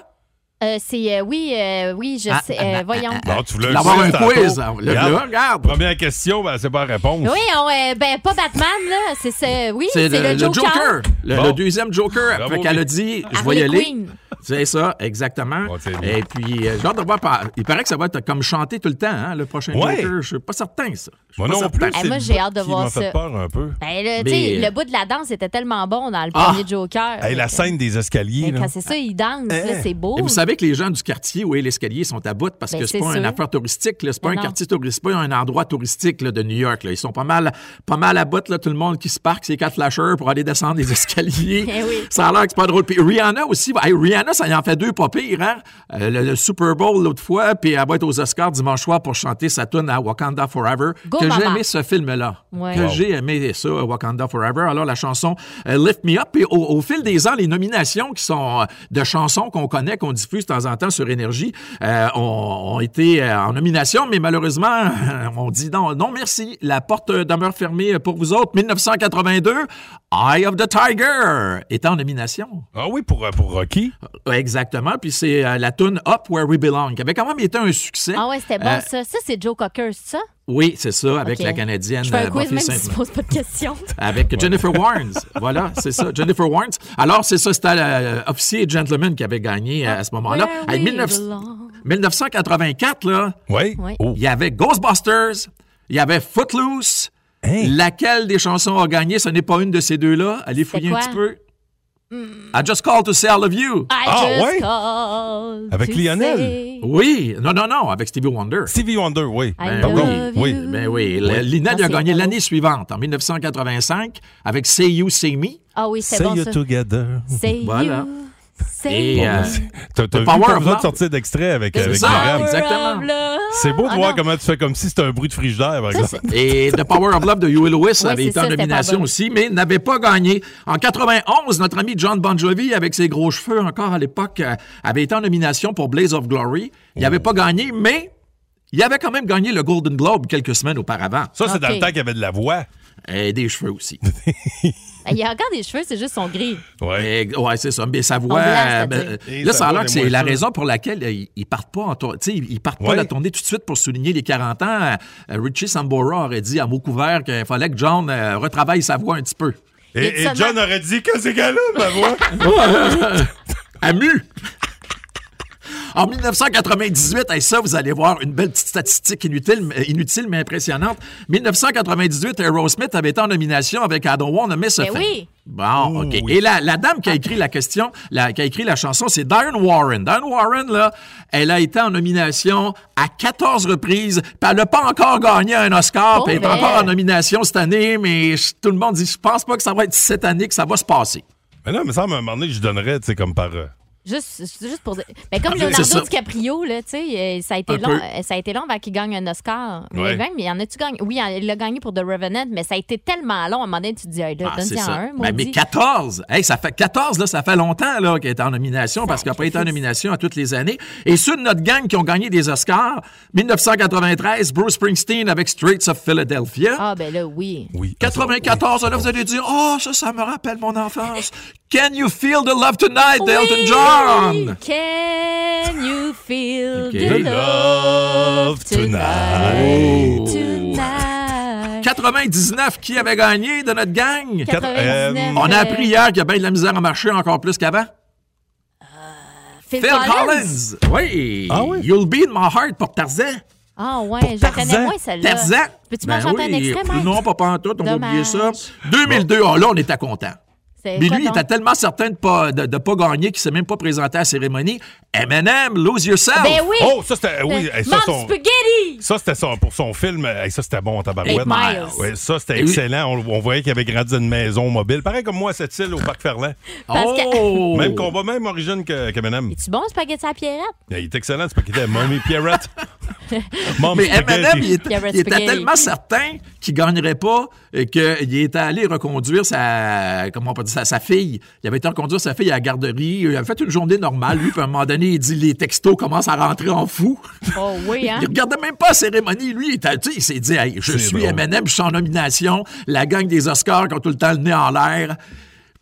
[SPEAKER 6] Euh, c'est euh, oui, euh, oui, je
[SPEAKER 11] Ah,
[SPEAKER 6] sais. euh, voyons.
[SPEAKER 3] Bon, tu voulais
[SPEAKER 11] Tu vas avoir
[SPEAKER 3] quiz
[SPEAKER 11] un
[SPEAKER 3] tantôt.
[SPEAKER 11] quiz, hein. Le- le- regarde.
[SPEAKER 3] Première question, ben, c'est pas la réponse.
[SPEAKER 6] Oui, on, euh, ben pas Batman là, c'est ce, oui, c'est le, Joker.
[SPEAKER 11] Le,
[SPEAKER 3] Bon.
[SPEAKER 11] le deuxième Joker.
[SPEAKER 3] Bravo,
[SPEAKER 11] Fait qu'elle a
[SPEAKER 3] Mick.
[SPEAKER 11] dit, je vais
[SPEAKER 6] Harley
[SPEAKER 11] y aller.
[SPEAKER 6] Quinn.
[SPEAKER 11] C'est ça, exactement. Et puis, euh, j'ai hâte de voir. par- Il paraît que ça va être comme chanté tout le temps, hein, le prochain
[SPEAKER 3] Ouais.
[SPEAKER 11] Joker. Je suis pas certain, ça. Je suis
[SPEAKER 3] Moi
[SPEAKER 11] pas
[SPEAKER 3] non
[SPEAKER 11] certain.
[SPEAKER 3] plus. c'est
[SPEAKER 6] Eh, moi,
[SPEAKER 3] le
[SPEAKER 6] j'ai
[SPEAKER 3] bout
[SPEAKER 6] hâte de
[SPEAKER 3] qui
[SPEAKER 6] voir
[SPEAKER 3] m'a fait
[SPEAKER 6] ça.
[SPEAKER 3] peur un peu.
[SPEAKER 6] Ben, là,
[SPEAKER 11] Mais- euh,
[SPEAKER 6] tu sais, le bout de la danse était tellement bon dans le
[SPEAKER 11] Ah!
[SPEAKER 6] premier Joker.
[SPEAKER 3] Hey, la
[SPEAKER 6] Fait que-
[SPEAKER 3] scène des escaliers, là.
[SPEAKER 6] Ben, euh,
[SPEAKER 3] Eh.
[SPEAKER 6] quand c'est ça, il danse, là, c'est beau.
[SPEAKER 11] Et vous savez que les gens du quartier où est l'escalier sont à bout parce
[SPEAKER 6] Ben,
[SPEAKER 11] que c'est
[SPEAKER 6] c'est
[SPEAKER 11] pas une
[SPEAKER 6] sûr.
[SPEAKER 11] affaire touristique, là, c'est pas
[SPEAKER 6] Ben
[SPEAKER 11] un
[SPEAKER 6] non.
[SPEAKER 11] quartier touristique, c'est pas un endroit touristique là, de New York. là. Ils sont pas mal, pas mal à bout, là, tout le monde qui se parque, c'est quatre flasheurs pour aller descendre les (laughs) escaliers.
[SPEAKER 6] Eh oui.
[SPEAKER 11] Ça a l'air que c'est pas drôle. Puis Rihanna aussi, hey, Rihanna, ça y en fait deux pas pire, hein? Euh, le, le Super Bowl l'autre fois, puis elle va être aux Oscars dimanche soir pour chanter sa tune à Wakanda Forever.
[SPEAKER 6] Go,
[SPEAKER 11] que j'ai
[SPEAKER 6] maman.
[SPEAKER 11] aimé ce film-là.
[SPEAKER 6] Ouais.
[SPEAKER 11] Que
[SPEAKER 6] Wow.
[SPEAKER 11] j'ai aimé ça, Wakanda Forever. Alors, la chanson euh, Lift Me Up. Et au, au fil des ans, les nominations qui sont euh, de chansons qu'on connaît, qu'on diffuse de temps en temps sur Énergie, euh, ont, ont été euh, en nomination, mais malheureusement, (laughs) on dit non, non merci. La porte euh, demeure fermée pour vous autres. 1982, Eye of the Tiger est en nomination.
[SPEAKER 3] Ah oui, pour, euh, pour Rocky.
[SPEAKER 11] Ouais, Exactement. Puis c'est euh, la tune Up Where We Belong, qui avait quand même été un succès.
[SPEAKER 6] Ah ouais, c'était bon
[SPEAKER 11] Euh,
[SPEAKER 6] ça. Ça, c'est Joe Cocker, c'est ça?
[SPEAKER 11] Oui, c'est ça, avec
[SPEAKER 6] Ok.
[SPEAKER 11] la Canadienne.
[SPEAKER 6] Je fais un
[SPEAKER 11] euh,
[SPEAKER 6] quiz
[SPEAKER 11] Buffy
[SPEAKER 6] même si tu
[SPEAKER 11] Sainte-Marie.
[SPEAKER 6] ne poses pas de questions.
[SPEAKER 11] Avec Jennifer Warnes. Voilà, c'est ça, Jennifer Warnes. Alors, c'est ça, c'était euh, Officier et Gentleman qui avait gagné euh, à ce moment-là.
[SPEAKER 6] Where
[SPEAKER 11] Hey,
[SPEAKER 6] we
[SPEAKER 11] 19
[SPEAKER 6] belong.
[SPEAKER 11] 1984, là.
[SPEAKER 6] Oui.
[SPEAKER 11] Il y avait Ghostbusters, il y avait Footloose.
[SPEAKER 3] Hein?
[SPEAKER 11] Laquelle des chansons a gagné? Ce n'est pas une de ces deux-là. Allez fouiller
[SPEAKER 6] quoi?
[SPEAKER 11] un petit peu. I just called to say I love you.
[SPEAKER 3] Ah,
[SPEAKER 6] I just called to say-
[SPEAKER 11] Oui. Non, non, non. Avec Stevie Wonder.
[SPEAKER 3] Stevie Wonder, oui.
[SPEAKER 6] I
[SPEAKER 11] Ben
[SPEAKER 6] love
[SPEAKER 11] oui.
[SPEAKER 6] you.
[SPEAKER 11] Ben oui. Le- Lina
[SPEAKER 6] Ah,
[SPEAKER 11] a
[SPEAKER 6] c'est
[SPEAKER 11] gagné l'année suivante, en 1985, avec Say You, Say Me.
[SPEAKER 6] Ah oui, c'est bon ça.
[SPEAKER 3] together.
[SPEAKER 6] Say
[SPEAKER 11] Voilà.
[SPEAKER 6] you, say
[SPEAKER 11] Et,
[SPEAKER 6] you.
[SPEAKER 11] euh,
[SPEAKER 3] T'as t'as
[SPEAKER 11] The
[SPEAKER 3] vu
[SPEAKER 11] power
[SPEAKER 3] pas
[SPEAKER 11] of
[SPEAKER 3] besoin de
[SPEAKER 11] love.
[SPEAKER 3] sortir d'extrait avec,
[SPEAKER 11] C'est
[SPEAKER 3] avec
[SPEAKER 11] ça,
[SPEAKER 3] Myriam.
[SPEAKER 11] exactement.
[SPEAKER 3] C'est beau de
[SPEAKER 6] Ah,
[SPEAKER 3] voir
[SPEAKER 6] non.
[SPEAKER 3] comment tu fais comme si c'était un bruit de frigidaire, par exemple.
[SPEAKER 11] Et The Power of Love de Huey Lewis
[SPEAKER 3] Ouais,
[SPEAKER 11] avait
[SPEAKER 3] c'est
[SPEAKER 11] été
[SPEAKER 3] ça,
[SPEAKER 11] en
[SPEAKER 3] c'était pas
[SPEAKER 11] nomination
[SPEAKER 3] bon.
[SPEAKER 11] aussi, mais n'avait pas gagné. En 91, notre ami John Bon Jovi, avec ses gros cheveux encore à l'époque, euh, avait été en nomination pour Blaze of Glory. Il
[SPEAKER 3] Oh.
[SPEAKER 11] n'avait pas gagné, mais il avait quand même gagné le Golden Globe quelques semaines auparavant.
[SPEAKER 3] Ça, c'est dans le temps qu'il y avait de la voix.
[SPEAKER 11] Et des
[SPEAKER 3] (laughs)
[SPEAKER 11] cheveux aussi.
[SPEAKER 6] Ben, Il a encore des cheveux, c'est juste son gris.
[SPEAKER 11] Ouais, ouais c'est ça. Mais sa voix.
[SPEAKER 6] blanc,
[SPEAKER 11] euh, ben,
[SPEAKER 6] c'est-à-dire.
[SPEAKER 11] euh,
[SPEAKER 3] Et
[SPEAKER 11] là,
[SPEAKER 3] sa
[SPEAKER 11] ça a
[SPEAKER 3] voix
[SPEAKER 11] l'air que
[SPEAKER 3] des
[SPEAKER 11] c'est la
[SPEAKER 3] moissons.
[SPEAKER 11] raison pour laquelle euh, ils ils partent pas en tour- tu sais, Ils partent pas
[SPEAKER 3] Ouais.
[SPEAKER 11] la tournée tout de suite pour souligner les 40 ans. Euh, Richie Sambora aurait dit à mot couvert qu'il fallait que John euh, retravaille sa voix un petit peu.
[SPEAKER 3] Et, et John aurait dit que c'est qu'elle a, ma voix.
[SPEAKER 11] (laughs) Amu! En 1998, et ça, vous allez voir une belle petite statistique inutile, mais- inutile mais impressionnante. 1998, Aerosmith euh, avait été en nomination avec I Don't Wanna Miss a
[SPEAKER 6] Ben
[SPEAKER 11] Thing.
[SPEAKER 6] oui.
[SPEAKER 11] Bon, OK. Et la, la dame qui a écrit la question, la- qui a écrit la chanson, c'est Diane Warren. Diane Warren, là, elle a été en nomination à 14 reprises, puis elle n'a pas encore gagné un Oscar, puis elle Ah, ben, est
[SPEAKER 6] Pauvre
[SPEAKER 11] encore en
[SPEAKER 6] elle.
[SPEAKER 11] nomination cette année, mais je- tout le monde dit, je pense pas que ça va être cette année que ça va se passer.
[SPEAKER 3] Mais là, il me semble, à un moment donné, je donnerais, tu sais, comme par... euh,
[SPEAKER 6] Juste, juste pour dire. Mais comme
[SPEAKER 3] Ah, c'est
[SPEAKER 6] Leonardo
[SPEAKER 3] ça.
[SPEAKER 6] DiCaprio, là, tu sais, euh, ça a été
[SPEAKER 3] Un
[SPEAKER 6] long,
[SPEAKER 3] peu.
[SPEAKER 6] euh, ça a été long avant qu'il gagne un Oscar.
[SPEAKER 3] Ouais.
[SPEAKER 6] Mais même, il y en a-tu gagné? Oui, il a gagné pour The Revenant, mais ça a été tellement long. À un moment donné, tu te dis, hey, là,
[SPEAKER 11] Ah, c'est
[SPEAKER 6] donne-y en
[SPEAKER 11] ça.
[SPEAKER 6] un,
[SPEAKER 11] Ben, mais
[SPEAKER 6] maudit.
[SPEAKER 11] 14, Hey, ça fait 14 là, ça fait longtemps là qu'elle est en nomination parce qu'elle n'a pas été en nomination à toutes les années. Et ceux de notre gang qui ont gagné des Oscars, 1993, Bruce Springsteen avec Straits of Philadelphia.
[SPEAKER 6] Ah, ben là, oui.
[SPEAKER 3] Oui.
[SPEAKER 11] 94, là, vous allez dire, oh, ça, ça me rappelle mon enfance. Can you feel the love tonight, Elton John?
[SPEAKER 6] Can you feel
[SPEAKER 11] Ok.
[SPEAKER 6] the love tonight? Oh. Tonight.
[SPEAKER 11] 99, qui avait gagné de notre gang?
[SPEAKER 6] 99,
[SPEAKER 11] On a
[SPEAKER 6] euh,
[SPEAKER 11] appris hier qu'il y a bien de la misère à marcher encore plus qu'avant.
[SPEAKER 6] Phil
[SPEAKER 11] Phil Collins! Oui!
[SPEAKER 3] Ah
[SPEAKER 11] You'll be in my heart pour Tarzan.
[SPEAKER 6] Ah ouais, je connais moins celle-là.
[SPEAKER 11] Tarzan.
[SPEAKER 6] Peux-tu
[SPEAKER 11] Ben
[SPEAKER 6] m'en chanter
[SPEAKER 11] oui,
[SPEAKER 6] un extrait, Mike?
[SPEAKER 11] Non, pas pantoute, on va
[SPEAKER 6] Dommage.
[SPEAKER 11] oublier ça. 2002, ah, là, on était content.
[SPEAKER 6] C'est
[SPEAKER 11] Mais
[SPEAKER 6] quoi
[SPEAKER 11] lui, il
[SPEAKER 6] donc?
[SPEAKER 11] était tellement certain de pas, de, de pas gagner qu'il s'est même pas présenté à la cérémonie. Eminem, Lose Yourself.
[SPEAKER 6] Ben oui!
[SPEAKER 3] Oh, ça, c'était... Oui,
[SPEAKER 6] Euh,
[SPEAKER 3] hey, ça,
[SPEAKER 6] Mom
[SPEAKER 3] son-
[SPEAKER 6] Spaghetti!
[SPEAKER 3] ça, c'était son- pour son film. hey, ça, c'était bon, tabarouette.
[SPEAKER 6] Eight Miles.
[SPEAKER 3] Ouais, ça, c'était
[SPEAKER 11] Et oui.
[SPEAKER 3] excellent. On, on voyait qu'il avait grandi dans une maison mobile. Pareil comme moi à cette île au Parc Ferland.
[SPEAKER 6] Parce que-
[SPEAKER 11] Oh!
[SPEAKER 3] Même combat, même origine que qu'Eminem.
[SPEAKER 6] Tu bon, spaghetti à la pierrette?
[SPEAKER 11] (laughs)
[SPEAKER 3] Il est excellent, c'est pas qu'il était Mommy Pierrette. Mommy
[SPEAKER 11] Mais Eminem,
[SPEAKER 3] Spaghetti.
[SPEAKER 11] il, était- il était tellement certain qu'il gagnerait pas euh, qu'il était allé reconduire sa, comment on peut dire, sa, sa fille. Il avait été reconduire sa fille à la garderie. Il avait fait une journée normale. Lui, puis à un moment donné, il dit les textos commencent à rentrer en fou.
[SPEAKER 6] Oh oui, hein?
[SPEAKER 11] Il regardait même pas la cérémonie, lui. Il, était- tu sais, il s'est dit Hey, Je suis M&M, je suis en nomination. La gang des Oscars qui ont tout le temps le nez en l'air.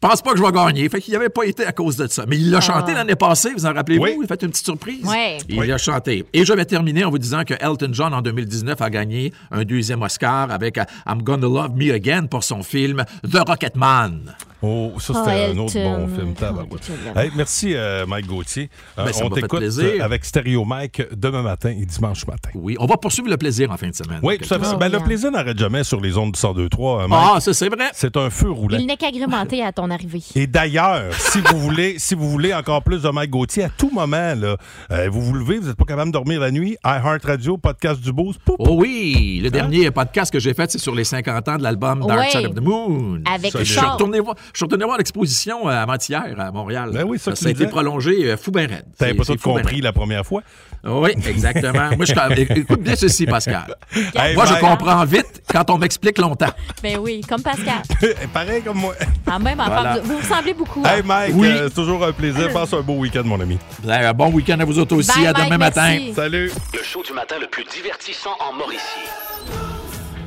[SPEAKER 11] Je pense pas que je vais gagner. Fait qu'il avait pas été à cause de ça. Mais il l'a
[SPEAKER 6] Ah.
[SPEAKER 11] chanté l'année passée, vous en rappelez-vous
[SPEAKER 3] Oui.
[SPEAKER 11] Il a fait une petite surprise.
[SPEAKER 6] Ouais.
[SPEAKER 11] Il a chanté. Et je vais terminer en vous disant que Elton John, en 2019, a gagné un deuxième Oscar avec euh, I'm Gonna Love Me Again pour son film The Rocketman.
[SPEAKER 3] Oh, ça,
[SPEAKER 11] Ah,
[SPEAKER 3] c'était un
[SPEAKER 11] Elton.
[SPEAKER 3] autre bon film.
[SPEAKER 11] Oh,
[SPEAKER 3] tabarouette.
[SPEAKER 11] Elton.
[SPEAKER 3] Hey, merci, euh, Mike Gauthier. Euh,
[SPEAKER 11] Ben, ça
[SPEAKER 3] on
[SPEAKER 11] m'a fait
[SPEAKER 3] t'écoute
[SPEAKER 11] plaisir.
[SPEAKER 3] euh, avec Stereo Mike demain matin et dimanche matin.
[SPEAKER 11] Oui, on va poursuivre le plaisir en fin de semaine.
[SPEAKER 3] Oui, tout à fait.
[SPEAKER 6] chose.
[SPEAKER 3] Ben, le plaisir n'arrête jamais sur les ondes du 102.3. euh, Mike.
[SPEAKER 11] Ah, ça, c'est vrai.
[SPEAKER 3] C'est un feu roulant.
[SPEAKER 6] Il n'est qu'agrémenté à ton arrivée.
[SPEAKER 3] Et d'ailleurs, si vous voulez, si vous voulez encore plus de Mike Gauthier, à tout moment, là, euh, vous vous levez, vous n'êtes pas capable de dormir la nuit, iHeart Radio, podcast du Boost, pouf,
[SPEAKER 11] Oh oui,
[SPEAKER 3] Hein?
[SPEAKER 11] le dernier podcast que j'ai fait, c'est sur les 50 ans de l'album Dark
[SPEAKER 6] Ouais.
[SPEAKER 11] Side of the Moon.
[SPEAKER 6] Avec
[SPEAKER 11] je suis
[SPEAKER 6] Richard.
[SPEAKER 11] retourné voir, je suis retourné voir l'exposition euh, avant-hier à Montréal.
[SPEAKER 3] Ben oui, ça que tu
[SPEAKER 11] a été
[SPEAKER 3] disais.
[SPEAKER 11] prolongé euh, fou ben raide.
[SPEAKER 3] t'avais
[SPEAKER 11] C'est-
[SPEAKER 3] pas tout
[SPEAKER 11] c'est fou ben
[SPEAKER 3] compris la première fois.
[SPEAKER 11] Oui, exactement. Moi, je t'en-
[SPEAKER 3] (laughs)
[SPEAKER 11] écoute bien ceci, Pascal.
[SPEAKER 3] Hey,
[SPEAKER 11] Moi, je
[SPEAKER 3] Mike.
[SPEAKER 11] comprends vite quand on
[SPEAKER 3] (laughs)
[SPEAKER 11] m'explique longtemps.
[SPEAKER 6] Ben oui, comme
[SPEAKER 11] (laughs)
[SPEAKER 6] Pascal.
[SPEAKER 3] Pareil comme moi.
[SPEAKER 6] En même en
[SPEAKER 11] Voilà.
[SPEAKER 6] forme de- Vous ressemblez beaucoup. hein?
[SPEAKER 3] Hey Mike,
[SPEAKER 11] Oui.
[SPEAKER 3] euh, c'est toujours un plaisir. Passe un beau week-end, mon ami.
[SPEAKER 11] Ben, un bon week-end à vous autres aussi.
[SPEAKER 6] Bye,
[SPEAKER 11] à demain
[SPEAKER 6] Mike,
[SPEAKER 11] matin.
[SPEAKER 6] merci.
[SPEAKER 3] Salut.
[SPEAKER 2] Le show du matin le plus divertissant en Mauricie.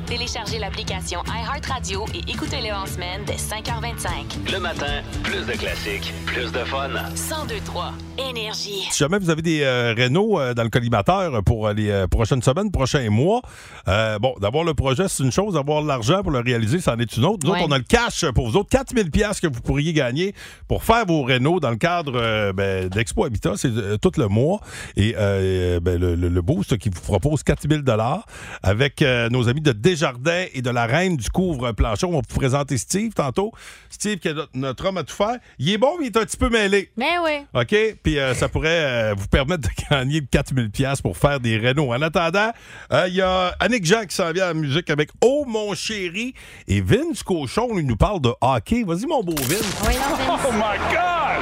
[SPEAKER 1] Téléchargez l'application iHeartRadio et écoutez-le en semaine dès 5h25.
[SPEAKER 2] Le matin, plus de classiques, plus de fun.
[SPEAKER 1] 1023 Énergie.
[SPEAKER 3] Si jamais vous avez des euh, rénaux euh, dans le collimateur pour euh, les euh, prochaines semaines, prochains mois, euh, bon, d'avoir le projet, c'est une chose, d'avoir l'argent pour le réaliser, c'en est une autre. Nous
[SPEAKER 12] Ouais.
[SPEAKER 3] autres, on a le cash pour vous autres, 4000 pièces que vous pourriez gagner pour faire vos rénaux dans le cadre euh, ben, d'Expo Habitat, c'est euh, tout le mois. Et euh, ben, le, le- le boost qui vous propose 4000 dollars avec euh, nos amis de Desjardins et de la Reine du Couvre-Plancher. On va vous présenter Steve tantôt. Steve, qui est notre- notre homme à tout faire. Il est bon, mais il est un petit peu mêlé.
[SPEAKER 6] Mais Ben oui.
[SPEAKER 3] OK? Puis euh, ça pourrait euh, vous permettre de (laughs) gagner 4000 pièces pour faire des rénaux. En attendant, euh, il y a Annick Jean qui s'en vient à la musique avec Oh mon chéri et Vince Cochon, lui, nous parle de hockey. Vas-y, mon beau Vince.
[SPEAKER 12] Oh my God!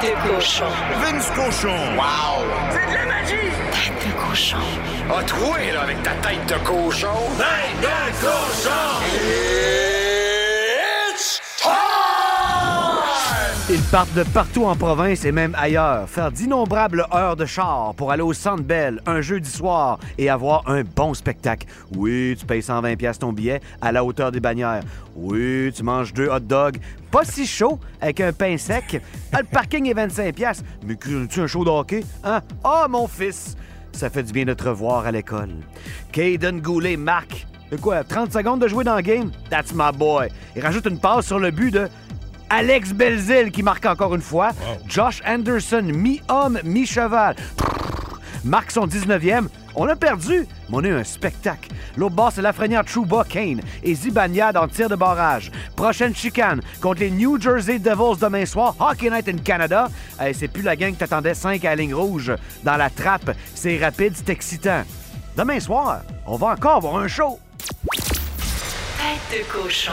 [SPEAKER 12] Tête de cochon. Vince cochon. Wow! C'est de la magie! Tête de cochon. Ah, troué, là, avec ta tête de cochon. Tête de cochon! It's time!
[SPEAKER 13] Ils partent de partout en province et même ailleurs, faire d'innombrables heures de char pour aller au Centre Bell un jeudi soir et avoir un bon spectacle. Oui, tu payes 120 pièces ton billet à la hauteur des bannières. Oui, tu manges deux hot dogs, pas si chaud avec un pain sec. Ah, le parking est 25 pièces. Mais tu un show de hockey Hein Ah mon fils, ça fait du bien de te revoir à l'école. Caden Goulet marque. De quoi 30 secondes de jouer dans le game That's my boy. Il rajoute une passe sur le but de Alex Belzil qui marque encore une fois. Josh Anderson, mi-homme, mi-cheval. Marque son 19e. On a perdu, mais on a eu un spectacle. L'autre bord, c'est Lafrenière Trouba, Kane et Zibanejad en tir de barrage. Prochaine chicane contre les New Jersey Devils demain soir, Hockey Night in Canada. Hey, c'est plus la gang que t'attendais 5 à la ligne rouge. Dans la trappe, c'est rapide, c'est excitant. Demain soir, on va encore avoir un show.
[SPEAKER 1] Tête de cochon.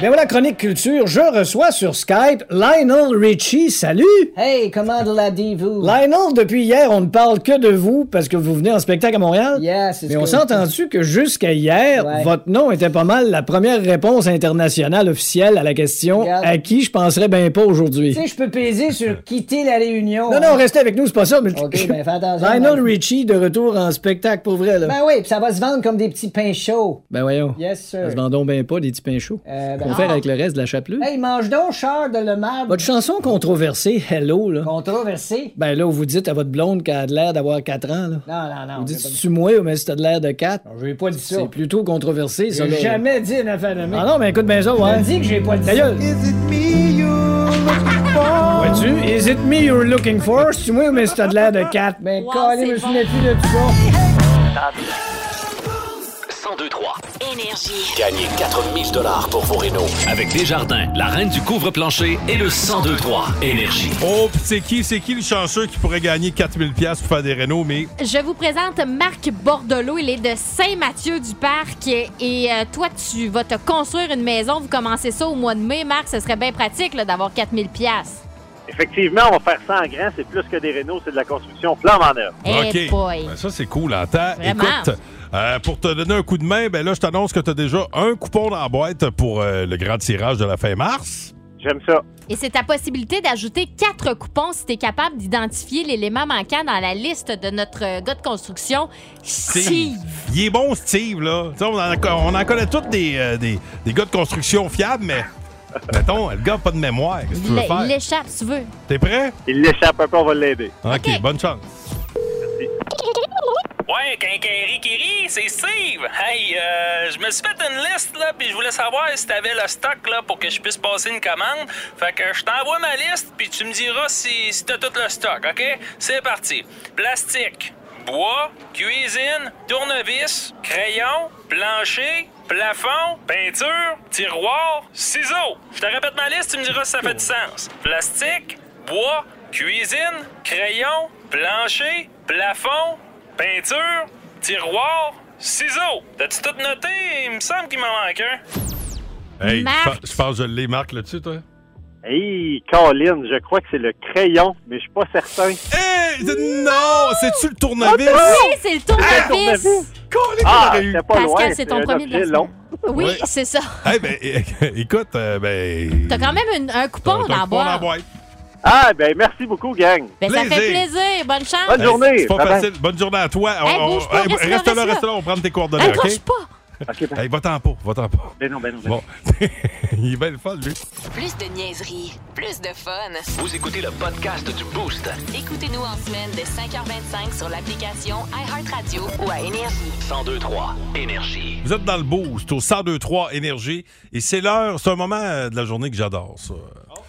[SPEAKER 10] Ben voilà, Chronique Culture, je reçois sur Skype Lionel Richie. Salut! Hey, comment la vous Lionel, depuis hier, on ne parle que de vous parce que vous venez en spectacle à Montréal.
[SPEAKER 5] c'est
[SPEAKER 10] Mais
[SPEAKER 5] ce
[SPEAKER 10] on
[SPEAKER 5] que-
[SPEAKER 10] s'est entendu que jusqu'à hier,
[SPEAKER 5] Ouais.
[SPEAKER 10] votre nom était pas mal la première réponse internationale officielle à la question
[SPEAKER 5] Regarde.
[SPEAKER 10] à qui je penserais bien pas aujourd'hui.
[SPEAKER 5] Tu sais, je peux peser sur quitter la réunion.
[SPEAKER 10] Non,
[SPEAKER 5] hein.
[SPEAKER 10] non, restez avec nous, c'est pas ça. Mais
[SPEAKER 5] OK, ben fais attention.
[SPEAKER 10] Lionel Richie de retour en spectacle pour vrai, là.
[SPEAKER 5] Ben oui, puis ça va se vendre comme des petits pains chauds.
[SPEAKER 10] Ben voyons.
[SPEAKER 5] Yes, sir.
[SPEAKER 10] Ça se vend donc bien pas, des petits pains chauds.
[SPEAKER 5] Euh, ben
[SPEAKER 10] Qu'on
[SPEAKER 5] non.
[SPEAKER 10] faire avec le reste de la chapelure?
[SPEAKER 5] Hey, mange donc, char de le marbre.
[SPEAKER 10] Votre chanson controversée, Hello, là.
[SPEAKER 5] Controversée?
[SPEAKER 10] Ben là, où vous dites à votre blonde qu'elle a de l'air d'avoir 4 ans, Ah, là.
[SPEAKER 5] Non, non, non.
[SPEAKER 10] Vous
[SPEAKER 5] j'ai
[SPEAKER 10] dites,
[SPEAKER 5] pas dit-
[SPEAKER 10] tu moi ou mais si t'as de l'air de 4?
[SPEAKER 5] J'ai pas dit ça.
[SPEAKER 10] C'est plutôt controversé, ça, là.
[SPEAKER 5] J'ai jamais dit une affaire de
[SPEAKER 10] Ah non, mais écoute bien ça, ouais.
[SPEAKER 5] dit que j'ai pas dit
[SPEAKER 10] Ta gueule. Vois-tu? Is it me you're looking for? Si tu moi ou mais si t'as de l'air de 4?
[SPEAKER 5] Ben, calé, je me souviens plus de tout ça.
[SPEAKER 2] 1023 Énergie. Gagnez 4000 dollars pour vos rénaux avec Desjardins, la reine du couvre-plancher et le 1023 Énergie.
[SPEAKER 3] Oh, puis c'est qui, c'est qui le chanceux qui pourrait gagner 4000 pièces pour faire des rénaux, mais
[SPEAKER 6] Je vous présente Marc Bordelot. Il est de Saint-Mathieu-du-Parc. Et euh, toi, tu vas te construire une maison. Vous commencez ça au mois de mai. Marc, ce serait bien pratique là, d'avoir 4000 pièces.
[SPEAKER 9] Effectivement, on va faire ça en grand. C'est plus que des rénaux, c'est de la construction flamme en œuvre.
[SPEAKER 6] Eh
[SPEAKER 3] OK.
[SPEAKER 6] boy.
[SPEAKER 3] Ben, ça, c'est cool. Attends,
[SPEAKER 6] Vraiment.
[SPEAKER 3] écoute, euh, pour te donner un coup de main, ben là, je t'annonce que tu as déjà un coupon dans la boîte pour euh, le grand tirage de la fin mars.
[SPEAKER 9] J'aime ça.
[SPEAKER 6] Et c'est ta possibilité d'ajouter quatre coupons si tu es capable d'identifier l'élément manquant dans la liste de notre euh, gars de construction, Steve.
[SPEAKER 3] Il est bon, Steve, là. Tu sais, On en, on en connaît tous des, euh, des, des gars de construction fiables, mais (laughs) mettons, le gars a pas de mémoire. Qu'est-ce que tu
[SPEAKER 6] Il
[SPEAKER 3] veux
[SPEAKER 6] l'é-
[SPEAKER 3] faire?
[SPEAKER 6] il l'échappe, tu veux.
[SPEAKER 3] T'es prêt?
[SPEAKER 9] Il l'échappe un peu, on va l'aider.
[SPEAKER 3] OK, bonne chance.
[SPEAKER 14] Ouais, Quincaillerie Kiri, c'est Steve. Hey, euh, je me suis fait une liste, là, puis je voulais savoir si t'avais le stock, là, pour que je puisse passer une commande. Fait que je t'envoie ma liste, puis tu me diras si, si t'as tout le stock, OK? C'est parti. Plastique, bois, cuisine, tournevis, crayon, plancher, plafond, peinture, tiroir, ciseaux. Je te répète ma liste, tu me diras si ça fait du sens. Plastique, bois, cuisine, crayon, plancher, plafond, peinture, tiroir, ciseaux. T'as-tu tout noté? Il me semble qu'il m'en manque un.
[SPEAKER 3] Hey, je
[SPEAKER 14] Marc.
[SPEAKER 6] Oh,
[SPEAKER 3] pense- je pense que je l'ai, Marc, là-dessus, toi.
[SPEAKER 9] Hey, Colin, je crois que c'est le crayon, mais je suis pas certain.
[SPEAKER 3] Eh, non! C'est-tu le tournevis?
[SPEAKER 6] Oui, c'est le
[SPEAKER 3] Ah,
[SPEAKER 6] tournevis.
[SPEAKER 3] tournevis.
[SPEAKER 9] Ah,
[SPEAKER 3] j'aurais eu.
[SPEAKER 9] c'était pas loin.
[SPEAKER 6] Pascal, c'est ton
[SPEAKER 9] un
[SPEAKER 6] premier de la
[SPEAKER 9] objet
[SPEAKER 6] semaine.
[SPEAKER 9] long.
[SPEAKER 6] Oui,
[SPEAKER 3] Ouais.
[SPEAKER 6] c'est ça.
[SPEAKER 3] Eh ben, (laughs) é- écoute, euh, ben.
[SPEAKER 6] T'as quand même une- un coupon
[SPEAKER 3] t'as un
[SPEAKER 6] dans la
[SPEAKER 3] coupon dans la
[SPEAKER 6] boîte.
[SPEAKER 3] boîte.
[SPEAKER 9] Ah, ben merci beaucoup, gang.
[SPEAKER 6] Ben, ça fait plaisir. Bonne chance.
[SPEAKER 9] Bonne journée.
[SPEAKER 3] C'est pas
[SPEAKER 9] Bye-bye.
[SPEAKER 3] facile. Bonne journée à toi.
[SPEAKER 6] Hey, bouge pas, reste là,
[SPEAKER 3] reste là,
[SPEAKER 6] reste
[SPEAKER 3] reste
[SPEAKER 6] là.
[SPEAKER 3] là. On prend tes coordonnées,
[SPEAKER 6] Hey,
[SPEAKER 3] OK?
[SPEAKER 6] bouge pas.
[SPEAKER 9] (laughs)
[SPEAKER 3] Hey, va-t'en pas, va-t'en pas.
[SPEAKER 9] Ben non, ben non.
[SPEAKER 3] Bon. (laughs) Il est bien le fun, lui.
[SPEAKER 1] Plus de niaiserie, plus de fun.
[SPEAKER 2] Vous écoutez le podcast du Boost.
[SPEAKER 1] Écoutez-nous en semaine de 5h25 sur l'application iHeartRadio ou à Énergie.
[SPEAKER 2] 1023 Énergie.
[SPEAKER 3] Vous êtes dans le boost au 1023 Énergie et c'est l'heure, c'est un moment euh, de la journée que j'adore, ça.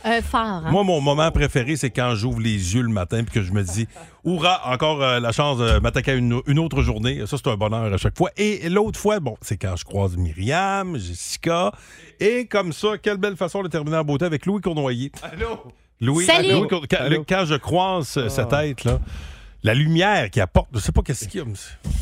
[SPEAKER 6] Un phare. hein.
[SPEAKER 3] Moi, mon moment préféré, c'est quand j'ouvre les yeux le matin et que je me dis Hourra, encore euh, la chance de m'attaquer à une, une autre journée. Ça, c'est un bonheur à chaque fois. Et l'autre fois, bon, c'est quand je croise Myriam, Jessica. Et comme ça, quelle belle façon de terminer en beauté avec Louis Cournoyer. Louis,
[SPEAKER 12] Salut.
[SPEAKER 3] Louis Cour- quand,
[SPEAKER 12] Allô.
[SPEAKER 3] quand je croise ce- sa tête, là, la lumière qui apporte, je sais pas qu'est-ce qu'il y a. mais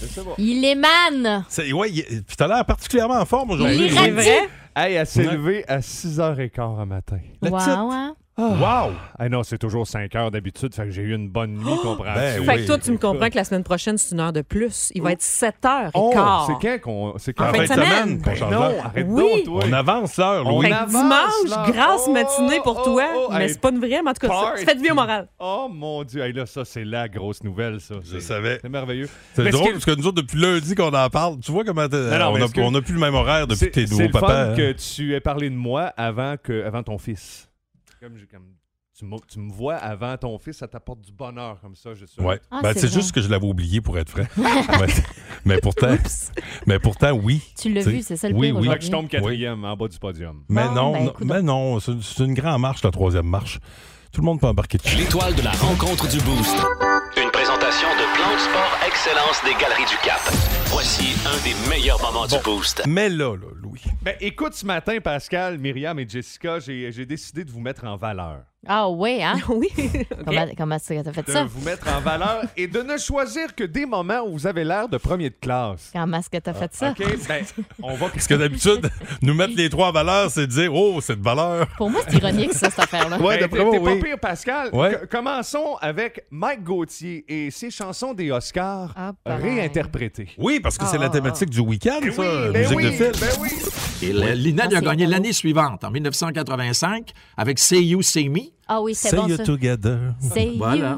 [SPEAKER 3] c'est-
[SPEAKER 6] Il émane.
[SPEAKER 3] c'est- Ouais, il est- puis t'as l'air particulièrement en forme aujourd'hui.
[SPEAKER 6] Il hein? irradie. C'est vrai?
[SPEAKER 15] Hey, elle s'est
[SPEAKER 3] Ouais.
[SPEAKER 15] levée à 6h15 un matin.
[SPEAKER 6] Wow, hein?
[SPEAKER 3] Wow!
[SPEAKER 15] Ah non, c'est toujours 5 heures d'habitude, fait que j'ai eu une bonne nuit,
[SPEAKER 3] Ah!
[SPEAKER 15] comprends
[SPEAKER 3] Ben
[SPEAKER 7] fait que toi, tu me
[SPEAKER 15] (laughs)
[SPEAKER 7] comprends que la semaine prochaine, c'est une heure de plus. Il va être 7 heures et quart.
[SPEAKER 15] Oh, C'est quand qu'on. C'est quand
[SPEAKER 7] En fin de semaine.
[SPEAKER 15] qu'on change
[SPEAKER 7] Ben
[SPEAKER 15] d'heure?
[SPEAKER 7] non,
[SPEAKER 15] arrête
[SPEAKER 7] oui.
[SPEAKER 15] donc, toi.
[SPEAKER 3] On avance l'heure, Louis.
[SPEAKER 7] Fait que dimanche, grasse matinée
[SPEAKER 6] Oh,
[SPEAKER 7] pour toi, mais c'est pas une vraie, mais en tout cas, ça, ça fait du bien au moral.
[SPEAKER 15] Oh mon Dieu, hey, là, ça, c'est la grosse nouvelle, ça. Je
[SPEAKER 3] savais.
[SPEAKER 15] C'est merveilleux.
[SPEAKER 3] C'est
[SPEAKER 15] Mais ce
[SPEAKER 3] drôle
[SPEAKER 15] que-
[SPEAKER 3] parce que nous autres, depuis lundi qu'on en parle, tu vois comment t'es-
[SPEAKER 15] Non, non,
[SPEAKER 3] on,
[SPEAKER 15] mais
[SPEAKER 3] a,
[SPEAKER 15] est-ce que-
[SPEAKER 3] on a plus le même horaire depuis que t'es
[SPEAKER 15] C'est
[SPEAKER 3] nouveau
[SPEAKER 15] le fun
[SPEAKER 3] papa. hein.
[SPEAKER 15] que tu aies parlé de moi avant, que, avant ton fils. Comme, j'ai- comme- tu, me, tu me vois avant ton fils, ça t'apporte du bonheur comme ça, je suis
[SPEAKER 3] Ouais.
[SPEAKER 6] Ah,
[SPEAKER 3] Ben, c'est juste que je l'avais oublié pour être franc.
[SPEAKER 6] (laughs)
[SPEAKER 3] mais, mais pourtant,
[SPEAKER 15] Oups.
[SPEAKER 3] mais pourtant, oui.
[SPEAKER 6] Tu l'as
[SPEAKER 3] sais.
[SPEAKER 6] vu, c'est ça le
[SPEAKER 3] oui,
[SPEAKER 6] pire
[SPEAKER 3] oui.
[SPEAKER 15] Fait que je tombe quatrième en bas du podium.
[SPEAKER 3] Mais
[SPEAKER 15] Bon,
[SPEAKER 3] non,
[SPEAKER 15] ben,
[SPEAKER 3] non,
[SPEAKER 15] écoute
[SPEAKER 3] mais non, c'est c'est une grande marche, la troisième marche. Tout le monde peut embarquer dessus.
[SPEAKER 2] L'étoile de la rencontre du Boost. Une présentation de Plan de Sport Excellence des Galeries du Cap. Voici un des meilleurs moments du Boost.
[SPEAKER 3] Mais là, là, Louis.
[SPEAKER 15] Ben, écoute, ce matin, Pascal, Myriam et Jessica, j'ai j'ai décidé de vous mettre en valeur.
[SPEAKER 6] Ah oui, hein?
[SPEAKER 7] oui.
[SPEAKER 6] Comment, comment ça- t'as fait
[SPEAKER 15] De
[SPEAKER 6] ça?
[SPEAKER 15] vous mettre en valeur et de ne choisir que des moments où vous avez l'air de premier de classe.
[SPEAKER 6] Comment est-ce que t'as
[SPEAKER 3] Ah,
[SPEAKER 6] fait ça?
[SPEAKER 15] OK, ben, on va...
[SPEAKER 3] Parce que d'habitude, (laughs) nous mettre les trois en valeur, c'est de dire Oh, cette valeur.
[SPEAKER 6] Pour moi, c'est ironique, ça, cette
[SPEAKER 3] (laughs)
[SPEAKER 6] affaire-là.
[SPEAKER 15] (laughs) Ouais,
[SPEAKER 3] Ben,
[SPEAKER 15] d'après
[SPEAKER 3] t'es-
[SPEAKER 15] moi,
[SPEAKER 3] t'es
[SPEAKER 15] oui.
[SPEAKER 3] pas
[SPEAKER 15] pire, Pascal.
[SPEAKER 3] Ouais.
[SPEAKER 15] C- Commençons avec Mike Gauthier et ses chansons des Oscars euh, réinterprétées.
[SPEAKER 3] Oui, parce que c'est
[SPEAKER 15] Ah.
[SPEAKER 3] la thématique du week-end,
[SPEAKER 15] Eh
[SPEAKER 3] ça,
[SPEAKER 15] oui,
[SPEAKER 3] la
[SPEAKER 15] ben
[SPEAKER 3] musique de
[SPEAKER 15] oui,
[SPEAKER 3] film.
[SPEAKER 15] ben oui.
[SPEAKER 11] Et le- Lina
[SPEAKER 3] Ah,
[SPEAKER 11] lui a
[SPEAKER 3] c'est
[SPEAKER 11] gagné l'année suivante, en 1985, avec Say You, Say Me.
[SPEAKER 6] Ah oui, c'est bon, ça.
[SPEAKER 3] together.
[SPEAKER 6] Say
[SPEAKER 11] Voilà.
[SPEAKER 6] you,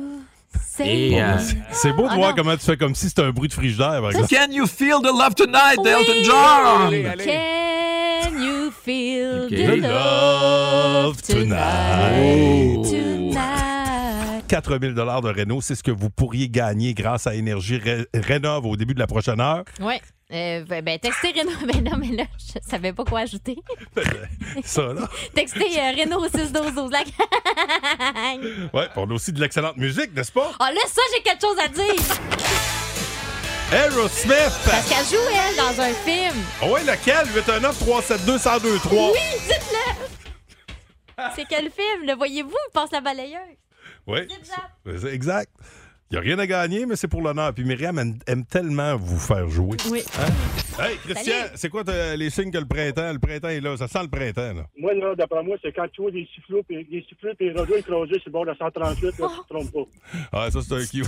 [SPEAKER 6] say
[SPEAKER 11] Et,
[SPEAKER 6] me.
[SPEAKER 11] euh,
[SPEAKER 3] C'est beau de
[SPEAKER 6] Ah
[SPEAKER 3] voir
[SPEAKER 6] non.
[SPEAKER 3] comment tu fais comme si c'était un bruit de frigidaire, par exemple.
[SPEAKER 11] Can you feel the love tonight,
[SPEAKER 6] Oui.
[SPEAKER 11] Elton John?
[SPEAKER 6] Can you feel
[SPEAKER 3] Ok.
[SPEAKER 6] the love
[SPEAKER 3] tonight.
[SPEAKER 6] tonight? Oh. Tonight.
[SPEAKER 3] 4000 dollars de Renault, c'est ce que vous pourriez gagner grâce à Énergie Ré- Rénov au début de la prochaine
[SPEAKER 6] (laughs)
[SPEAKER 3] heure.
[SPEAKER 6] Ouais. Euh, ben, ben, textez Renault. (laughs) Ben non, mais là, je savais pas quoi ajouter.
[SPEAKER 3] Ça, là.
[SPEAKER 6] Textez euh, Renault au 612 la gang.
[SPEAKER 3] Ouais, puis on a aussi de l'excellente musique, n'est-ce pas?
[SPEAKER 6] Ah, là, ça, j'ai quelque chose à dire. Parce
[SPEAKER 3] Aerosmith!
[SPEAKER 6] qu'elle joue, elle, dans un film.
[SPEAKER 3] Ah ouais, lequel? 819 372 1023
[SPEAKER 6] Oui, dites-le. C'est quel film? Le voyez-vous? Il passe la balayeuse.
[SPEAKER 3] Oui. C'est- c'est Exact. Il n'y a rien à gagner, mais c'est pour l'honneur. Puis Myriam aime, aime tellement vous faire jouer.
[SPEAKER 6] Oui.
[SPEAKER 3] Hein? Hey, Christian, c'est quoi t'as- les signes que le printemps? Le printemps est là, ça sent le printemps, là.
[SPEAKER 16] Moi, là, d'après moi, c'est quand tu vois des sifflots, puis des sifflots, puis les radios écrasés sur le bord de 138, là, tu te trompes pas.
[SPEAKER 3] Ah, ça, c'est un cue.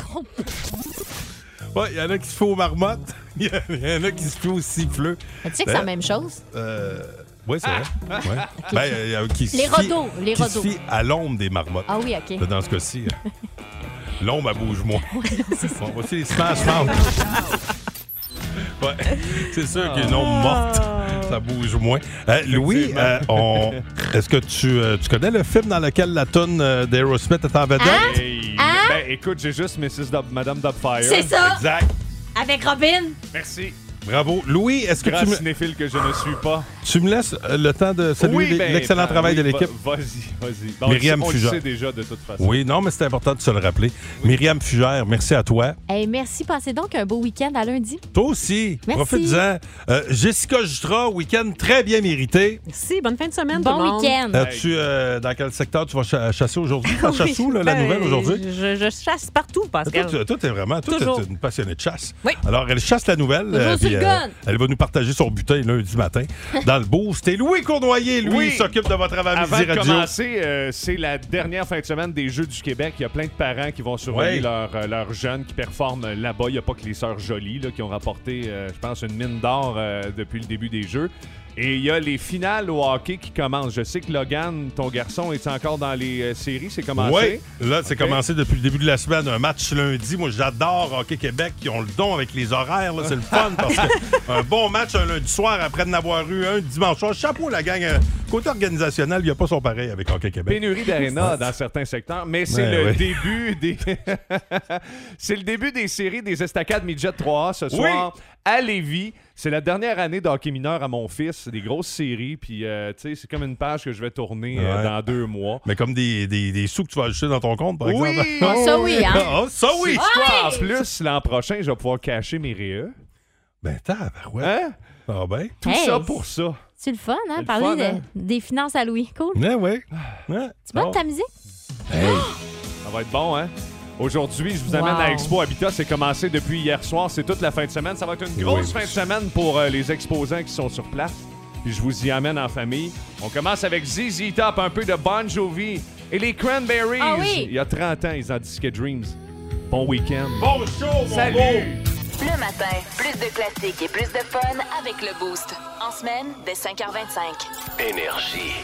[SPEAKER 3] Ouais, il y en a qui se font aux marmottes, il (laughs) y, en a qui se font aux siffleux.
[SPEAKER 6] Ah, Tu sais que c'est la même chose?
[SPEAKER 3] Euh, oui, c'est vrai.
[SPEAKER 6] Ah!
[SPEAKER 3] Ben.
[SPEAKER 6] (laughs)
[SPEAKER 3] Ouais.
[SPEAKER 6] Ok.
[SPEAKER 3] Ben, euh, y a- qui se
[SPEAKER 6] Les
[SPEAKER 3] fie-
[SPEAKER 6] radeaux, les
[SPEAKER 3] qui se
[SPEAKER 6] radeaux.
[SPEAKER 3] fie à l'ombre des marmottes.
[SPEAKER 6] Ah oui, OK.
[SPEAKER 3] Ben, Dans ce cas-ci,
[SPEAKER 6] (laughs)
[SPEAKER 3] euh, l'ombre, elle bouge moins. Bon, voici les smash Mouth. Ouais, (laughs) c'est sûr qu'une
[SPEAKER 6] Ah.
[SPEAKER 3] ombre morte, (laughs) ça bouge moins. Euh, Louis, euh,
[SPEAKER 15] (laughs)
[SPEAKER 3] on...
[SPEAKER 6] (laughs)
[SPEAKER 3] est-ce que tu, euh, tu connais le film dans lequel la tonne d'Aerosmith est en vedette?
[SPEAKER 6] Hein?
[SPEAKER 15] Hey, Ben, écoute, j'ai juste Mrs. Dob- Madame Dubfire.
[SPEAKER 6] C'est ça.
[SPEAKER 3] Exact.
[SPEAKER 6] Avec Robin.
[SPEAKER 15] Merci.
[SPEAKER 3] Bravo. Louis, est-ce que
[SPEAKER 15] Grand
[SPEAKER 3] tu me...
[SPEAKER 15] cinéphile que je ne suis pas.
[SPEAKER 3] Tu me laisses euh, le temps de saluer
[SPEAKER 15] Oui,
[SPEAKER 3] les-
[SPEAKER 15] ben,
[SPEAKER 3] l'excellent
[SPEAKER 15] ben,
[SPEAKER 3] travail
[SPEAKER 15] oui,
[SPEAKER 3] de l'équipe.
[SPEAKER 15] va- Vas-y, vas-y. Ben, on le
[SPEAKER 3] Myriam
[SPEAKER 15] sait- on le
[SPEAKER 3] Fugère.
[SPEAKER 15] sait déjà, de toute façon.
[SPEAKER 3] Oui, non, mais c'est important de se le rappeler. Myriam Fugère, merci à toi.
[SPEAKER 6] Hey, merci. Passez donc un beau week-end à lundi.
[SPEAKER 3] Toi aussi,
[SPEAKER 6] Merci.
[SPEAKER 3] profite-en. Euh, Jessica Justra, week-end très bien mérité.
[SPEAKER 7] Merci, bonne fin de semaine.
[SPEAKER 6] Bon
[SPEAKER 7] tout le monde.
[SPEAKER 6] week-end.
[SPEAKER 7] (laughs)
[SPEAKER 3] As-tu, euh, dans quel secteur tu vas cha- chasser aujourd'hui?
[SPEAKER 6] (laughs)
[SPEAKER 3] Tu chasses où, là, la
[SPEAKER 7] Ben,
[SPEAKER 3] nouvelle aujourd'hui?
[SPEAKER 7] Je, je chasse partout,
[SPEAKER 3] Ah, Toi,
[SPEAKER 7] Pascal.
[SPEAKER 3] tu- toi, t'es vraiment toi,
[SPEAKER 7] Toujours.
[SPEAKER 3] t'es une passionnée de chasse.
[SPEAKER 7] Oui.
[SPEAKER 3] Alors, elle chasse la nouvelle. euh,
[SPEAKER 7] Toujours sur
[SPEAKER 3] puis,
[SPEAKER 7] le gun. (laughs)
[SPEAKER 3] elle va nous partager son butin lundi matin. Dans dans le boost. Et Louis Cournoyer, lui,
[SPEAKER 15] Oui.
[SPEAKER 3] s'occupe de votre avant-midi
[SPEAKER 15] Avant de
[SPEAKER 3] radio.
[SPEAKER 15] commencer, euh, c'est la dernière fin de semaine des Jeux du Québec. Il y a plein de parents qui vont surveiller
[SPEAKER 3] Ouais.
[SPEAKER 15] leurs euh, leurs jeunes qui performent là-bas. Il n'y a pas que les sœurs Jolies là, qui ont rapporté, euh, je pense, une mine d'or euh, depuis le début des Jeux. Et il y a les finales au hockey qui commencent. Je sais que Logan, ton garçon, est encore dans les euh, séries. C'est commencé.
[SPEAKER 3] Oui, là, c'est
[SPEAKER 15] Ok.
[SPEAKER 3] commencé depuis le début de la semaine. Un match lundi. Moi, j'adore Hockey Québec. Ils ont le don avec les horaires. là. C'est le fun parce
[SPEAKER 7] (laughs)
[SPEAKER 3] que un bon match un lundi soir après d'en avoir eu un dimanche soir. Chapeau, la gang. Euh, Côté organisationnel, il n'y a pas son pareil avec Hockey Québec. (laughs)
[SPEAKER 15] Pénurie d'aréna dans certains secteurs, mais c'est
[SPEAKER 3] Ben. Ouais,
[SPEAKER 15] le
[SPEAKER 3] ouais.
[SPEAKER 15] début des (laughs) c'est le début des séries des Estacades Midget 3A ce soir à Lévis. C'est la dernière année de hockey mineur à mon fils, C'est des grosses séries, puis euh, tu sais, c'est comme une page que je vais tourner euh,
[SPEAKER 3] Ouais.
[SPEAKER 15] dans deux mois.
[SPEAKER 3] Mais comme des, des- des sous que tu vas ajouter dans ton compte, par
[SPEAKER 15] Oui!
[SPEAKER 3] exemple.
[SPEAKER 15] Ah, ça oui, hein?
[SPEAKER 3] (laughs) Ah, ça oui!
[SPEAKER 15] C'est quoi, En plus, l'an prochain, je vais pouvoir cacher mes réeux.
[SPEAKER 3] Ben, tabarouette.
[SPEAKER 15] Hein?
[SPEAKER 3] Ah ben.
[SPEAKER 15] Tout
[SPEAKER 6] Hey.
[SPEAKER 15] ça pour ça.
[SPEAKER 6] C'est le fun, hein?
[SPEAKER 15] le
[SPEAKER 6] Parler
[SPEAKER 15] fun,
[SPEAKER 6] de-
[SPEAKER 15] hein?
[SPEAKER 6] des finances à Louis. Cool.
[SPEAKER 3] Ouais, ouais.
[SPEAKER 6] Tu montes ta musique?
[SPEAKER 15] Ça va être bon, hein? Aujourd'hui, je vous amène
[SPEAKER 6] Wow.
[SPEAKER 15] à Expo Habitat. C'est commencé depuis hier soir. C'est toute la fin de semaine. Ça va être une grosse
[SPEAKER 3] Oui.
[SPEAKER 15] fin de semaine pour euh, les exposants qui sont sur place. Puis je vous y amène en famille. On commence avec ZZ Top, un peu de Bon Jovi et les Cranberries.
[SPEAKER 12] Ah oui!
[SPEAKER 15] Il y a 30 ans, ils en disquaient Dreams. Bon week-end.
[SPEAKER 3] Bon show,
[SPEAKER 15] Salut!
[SPEAKER 1] Le matin, plus de classiques et plus de fun avec le Boost. En semaine, dès 5h25.
[SPEAKER 2] Énergie.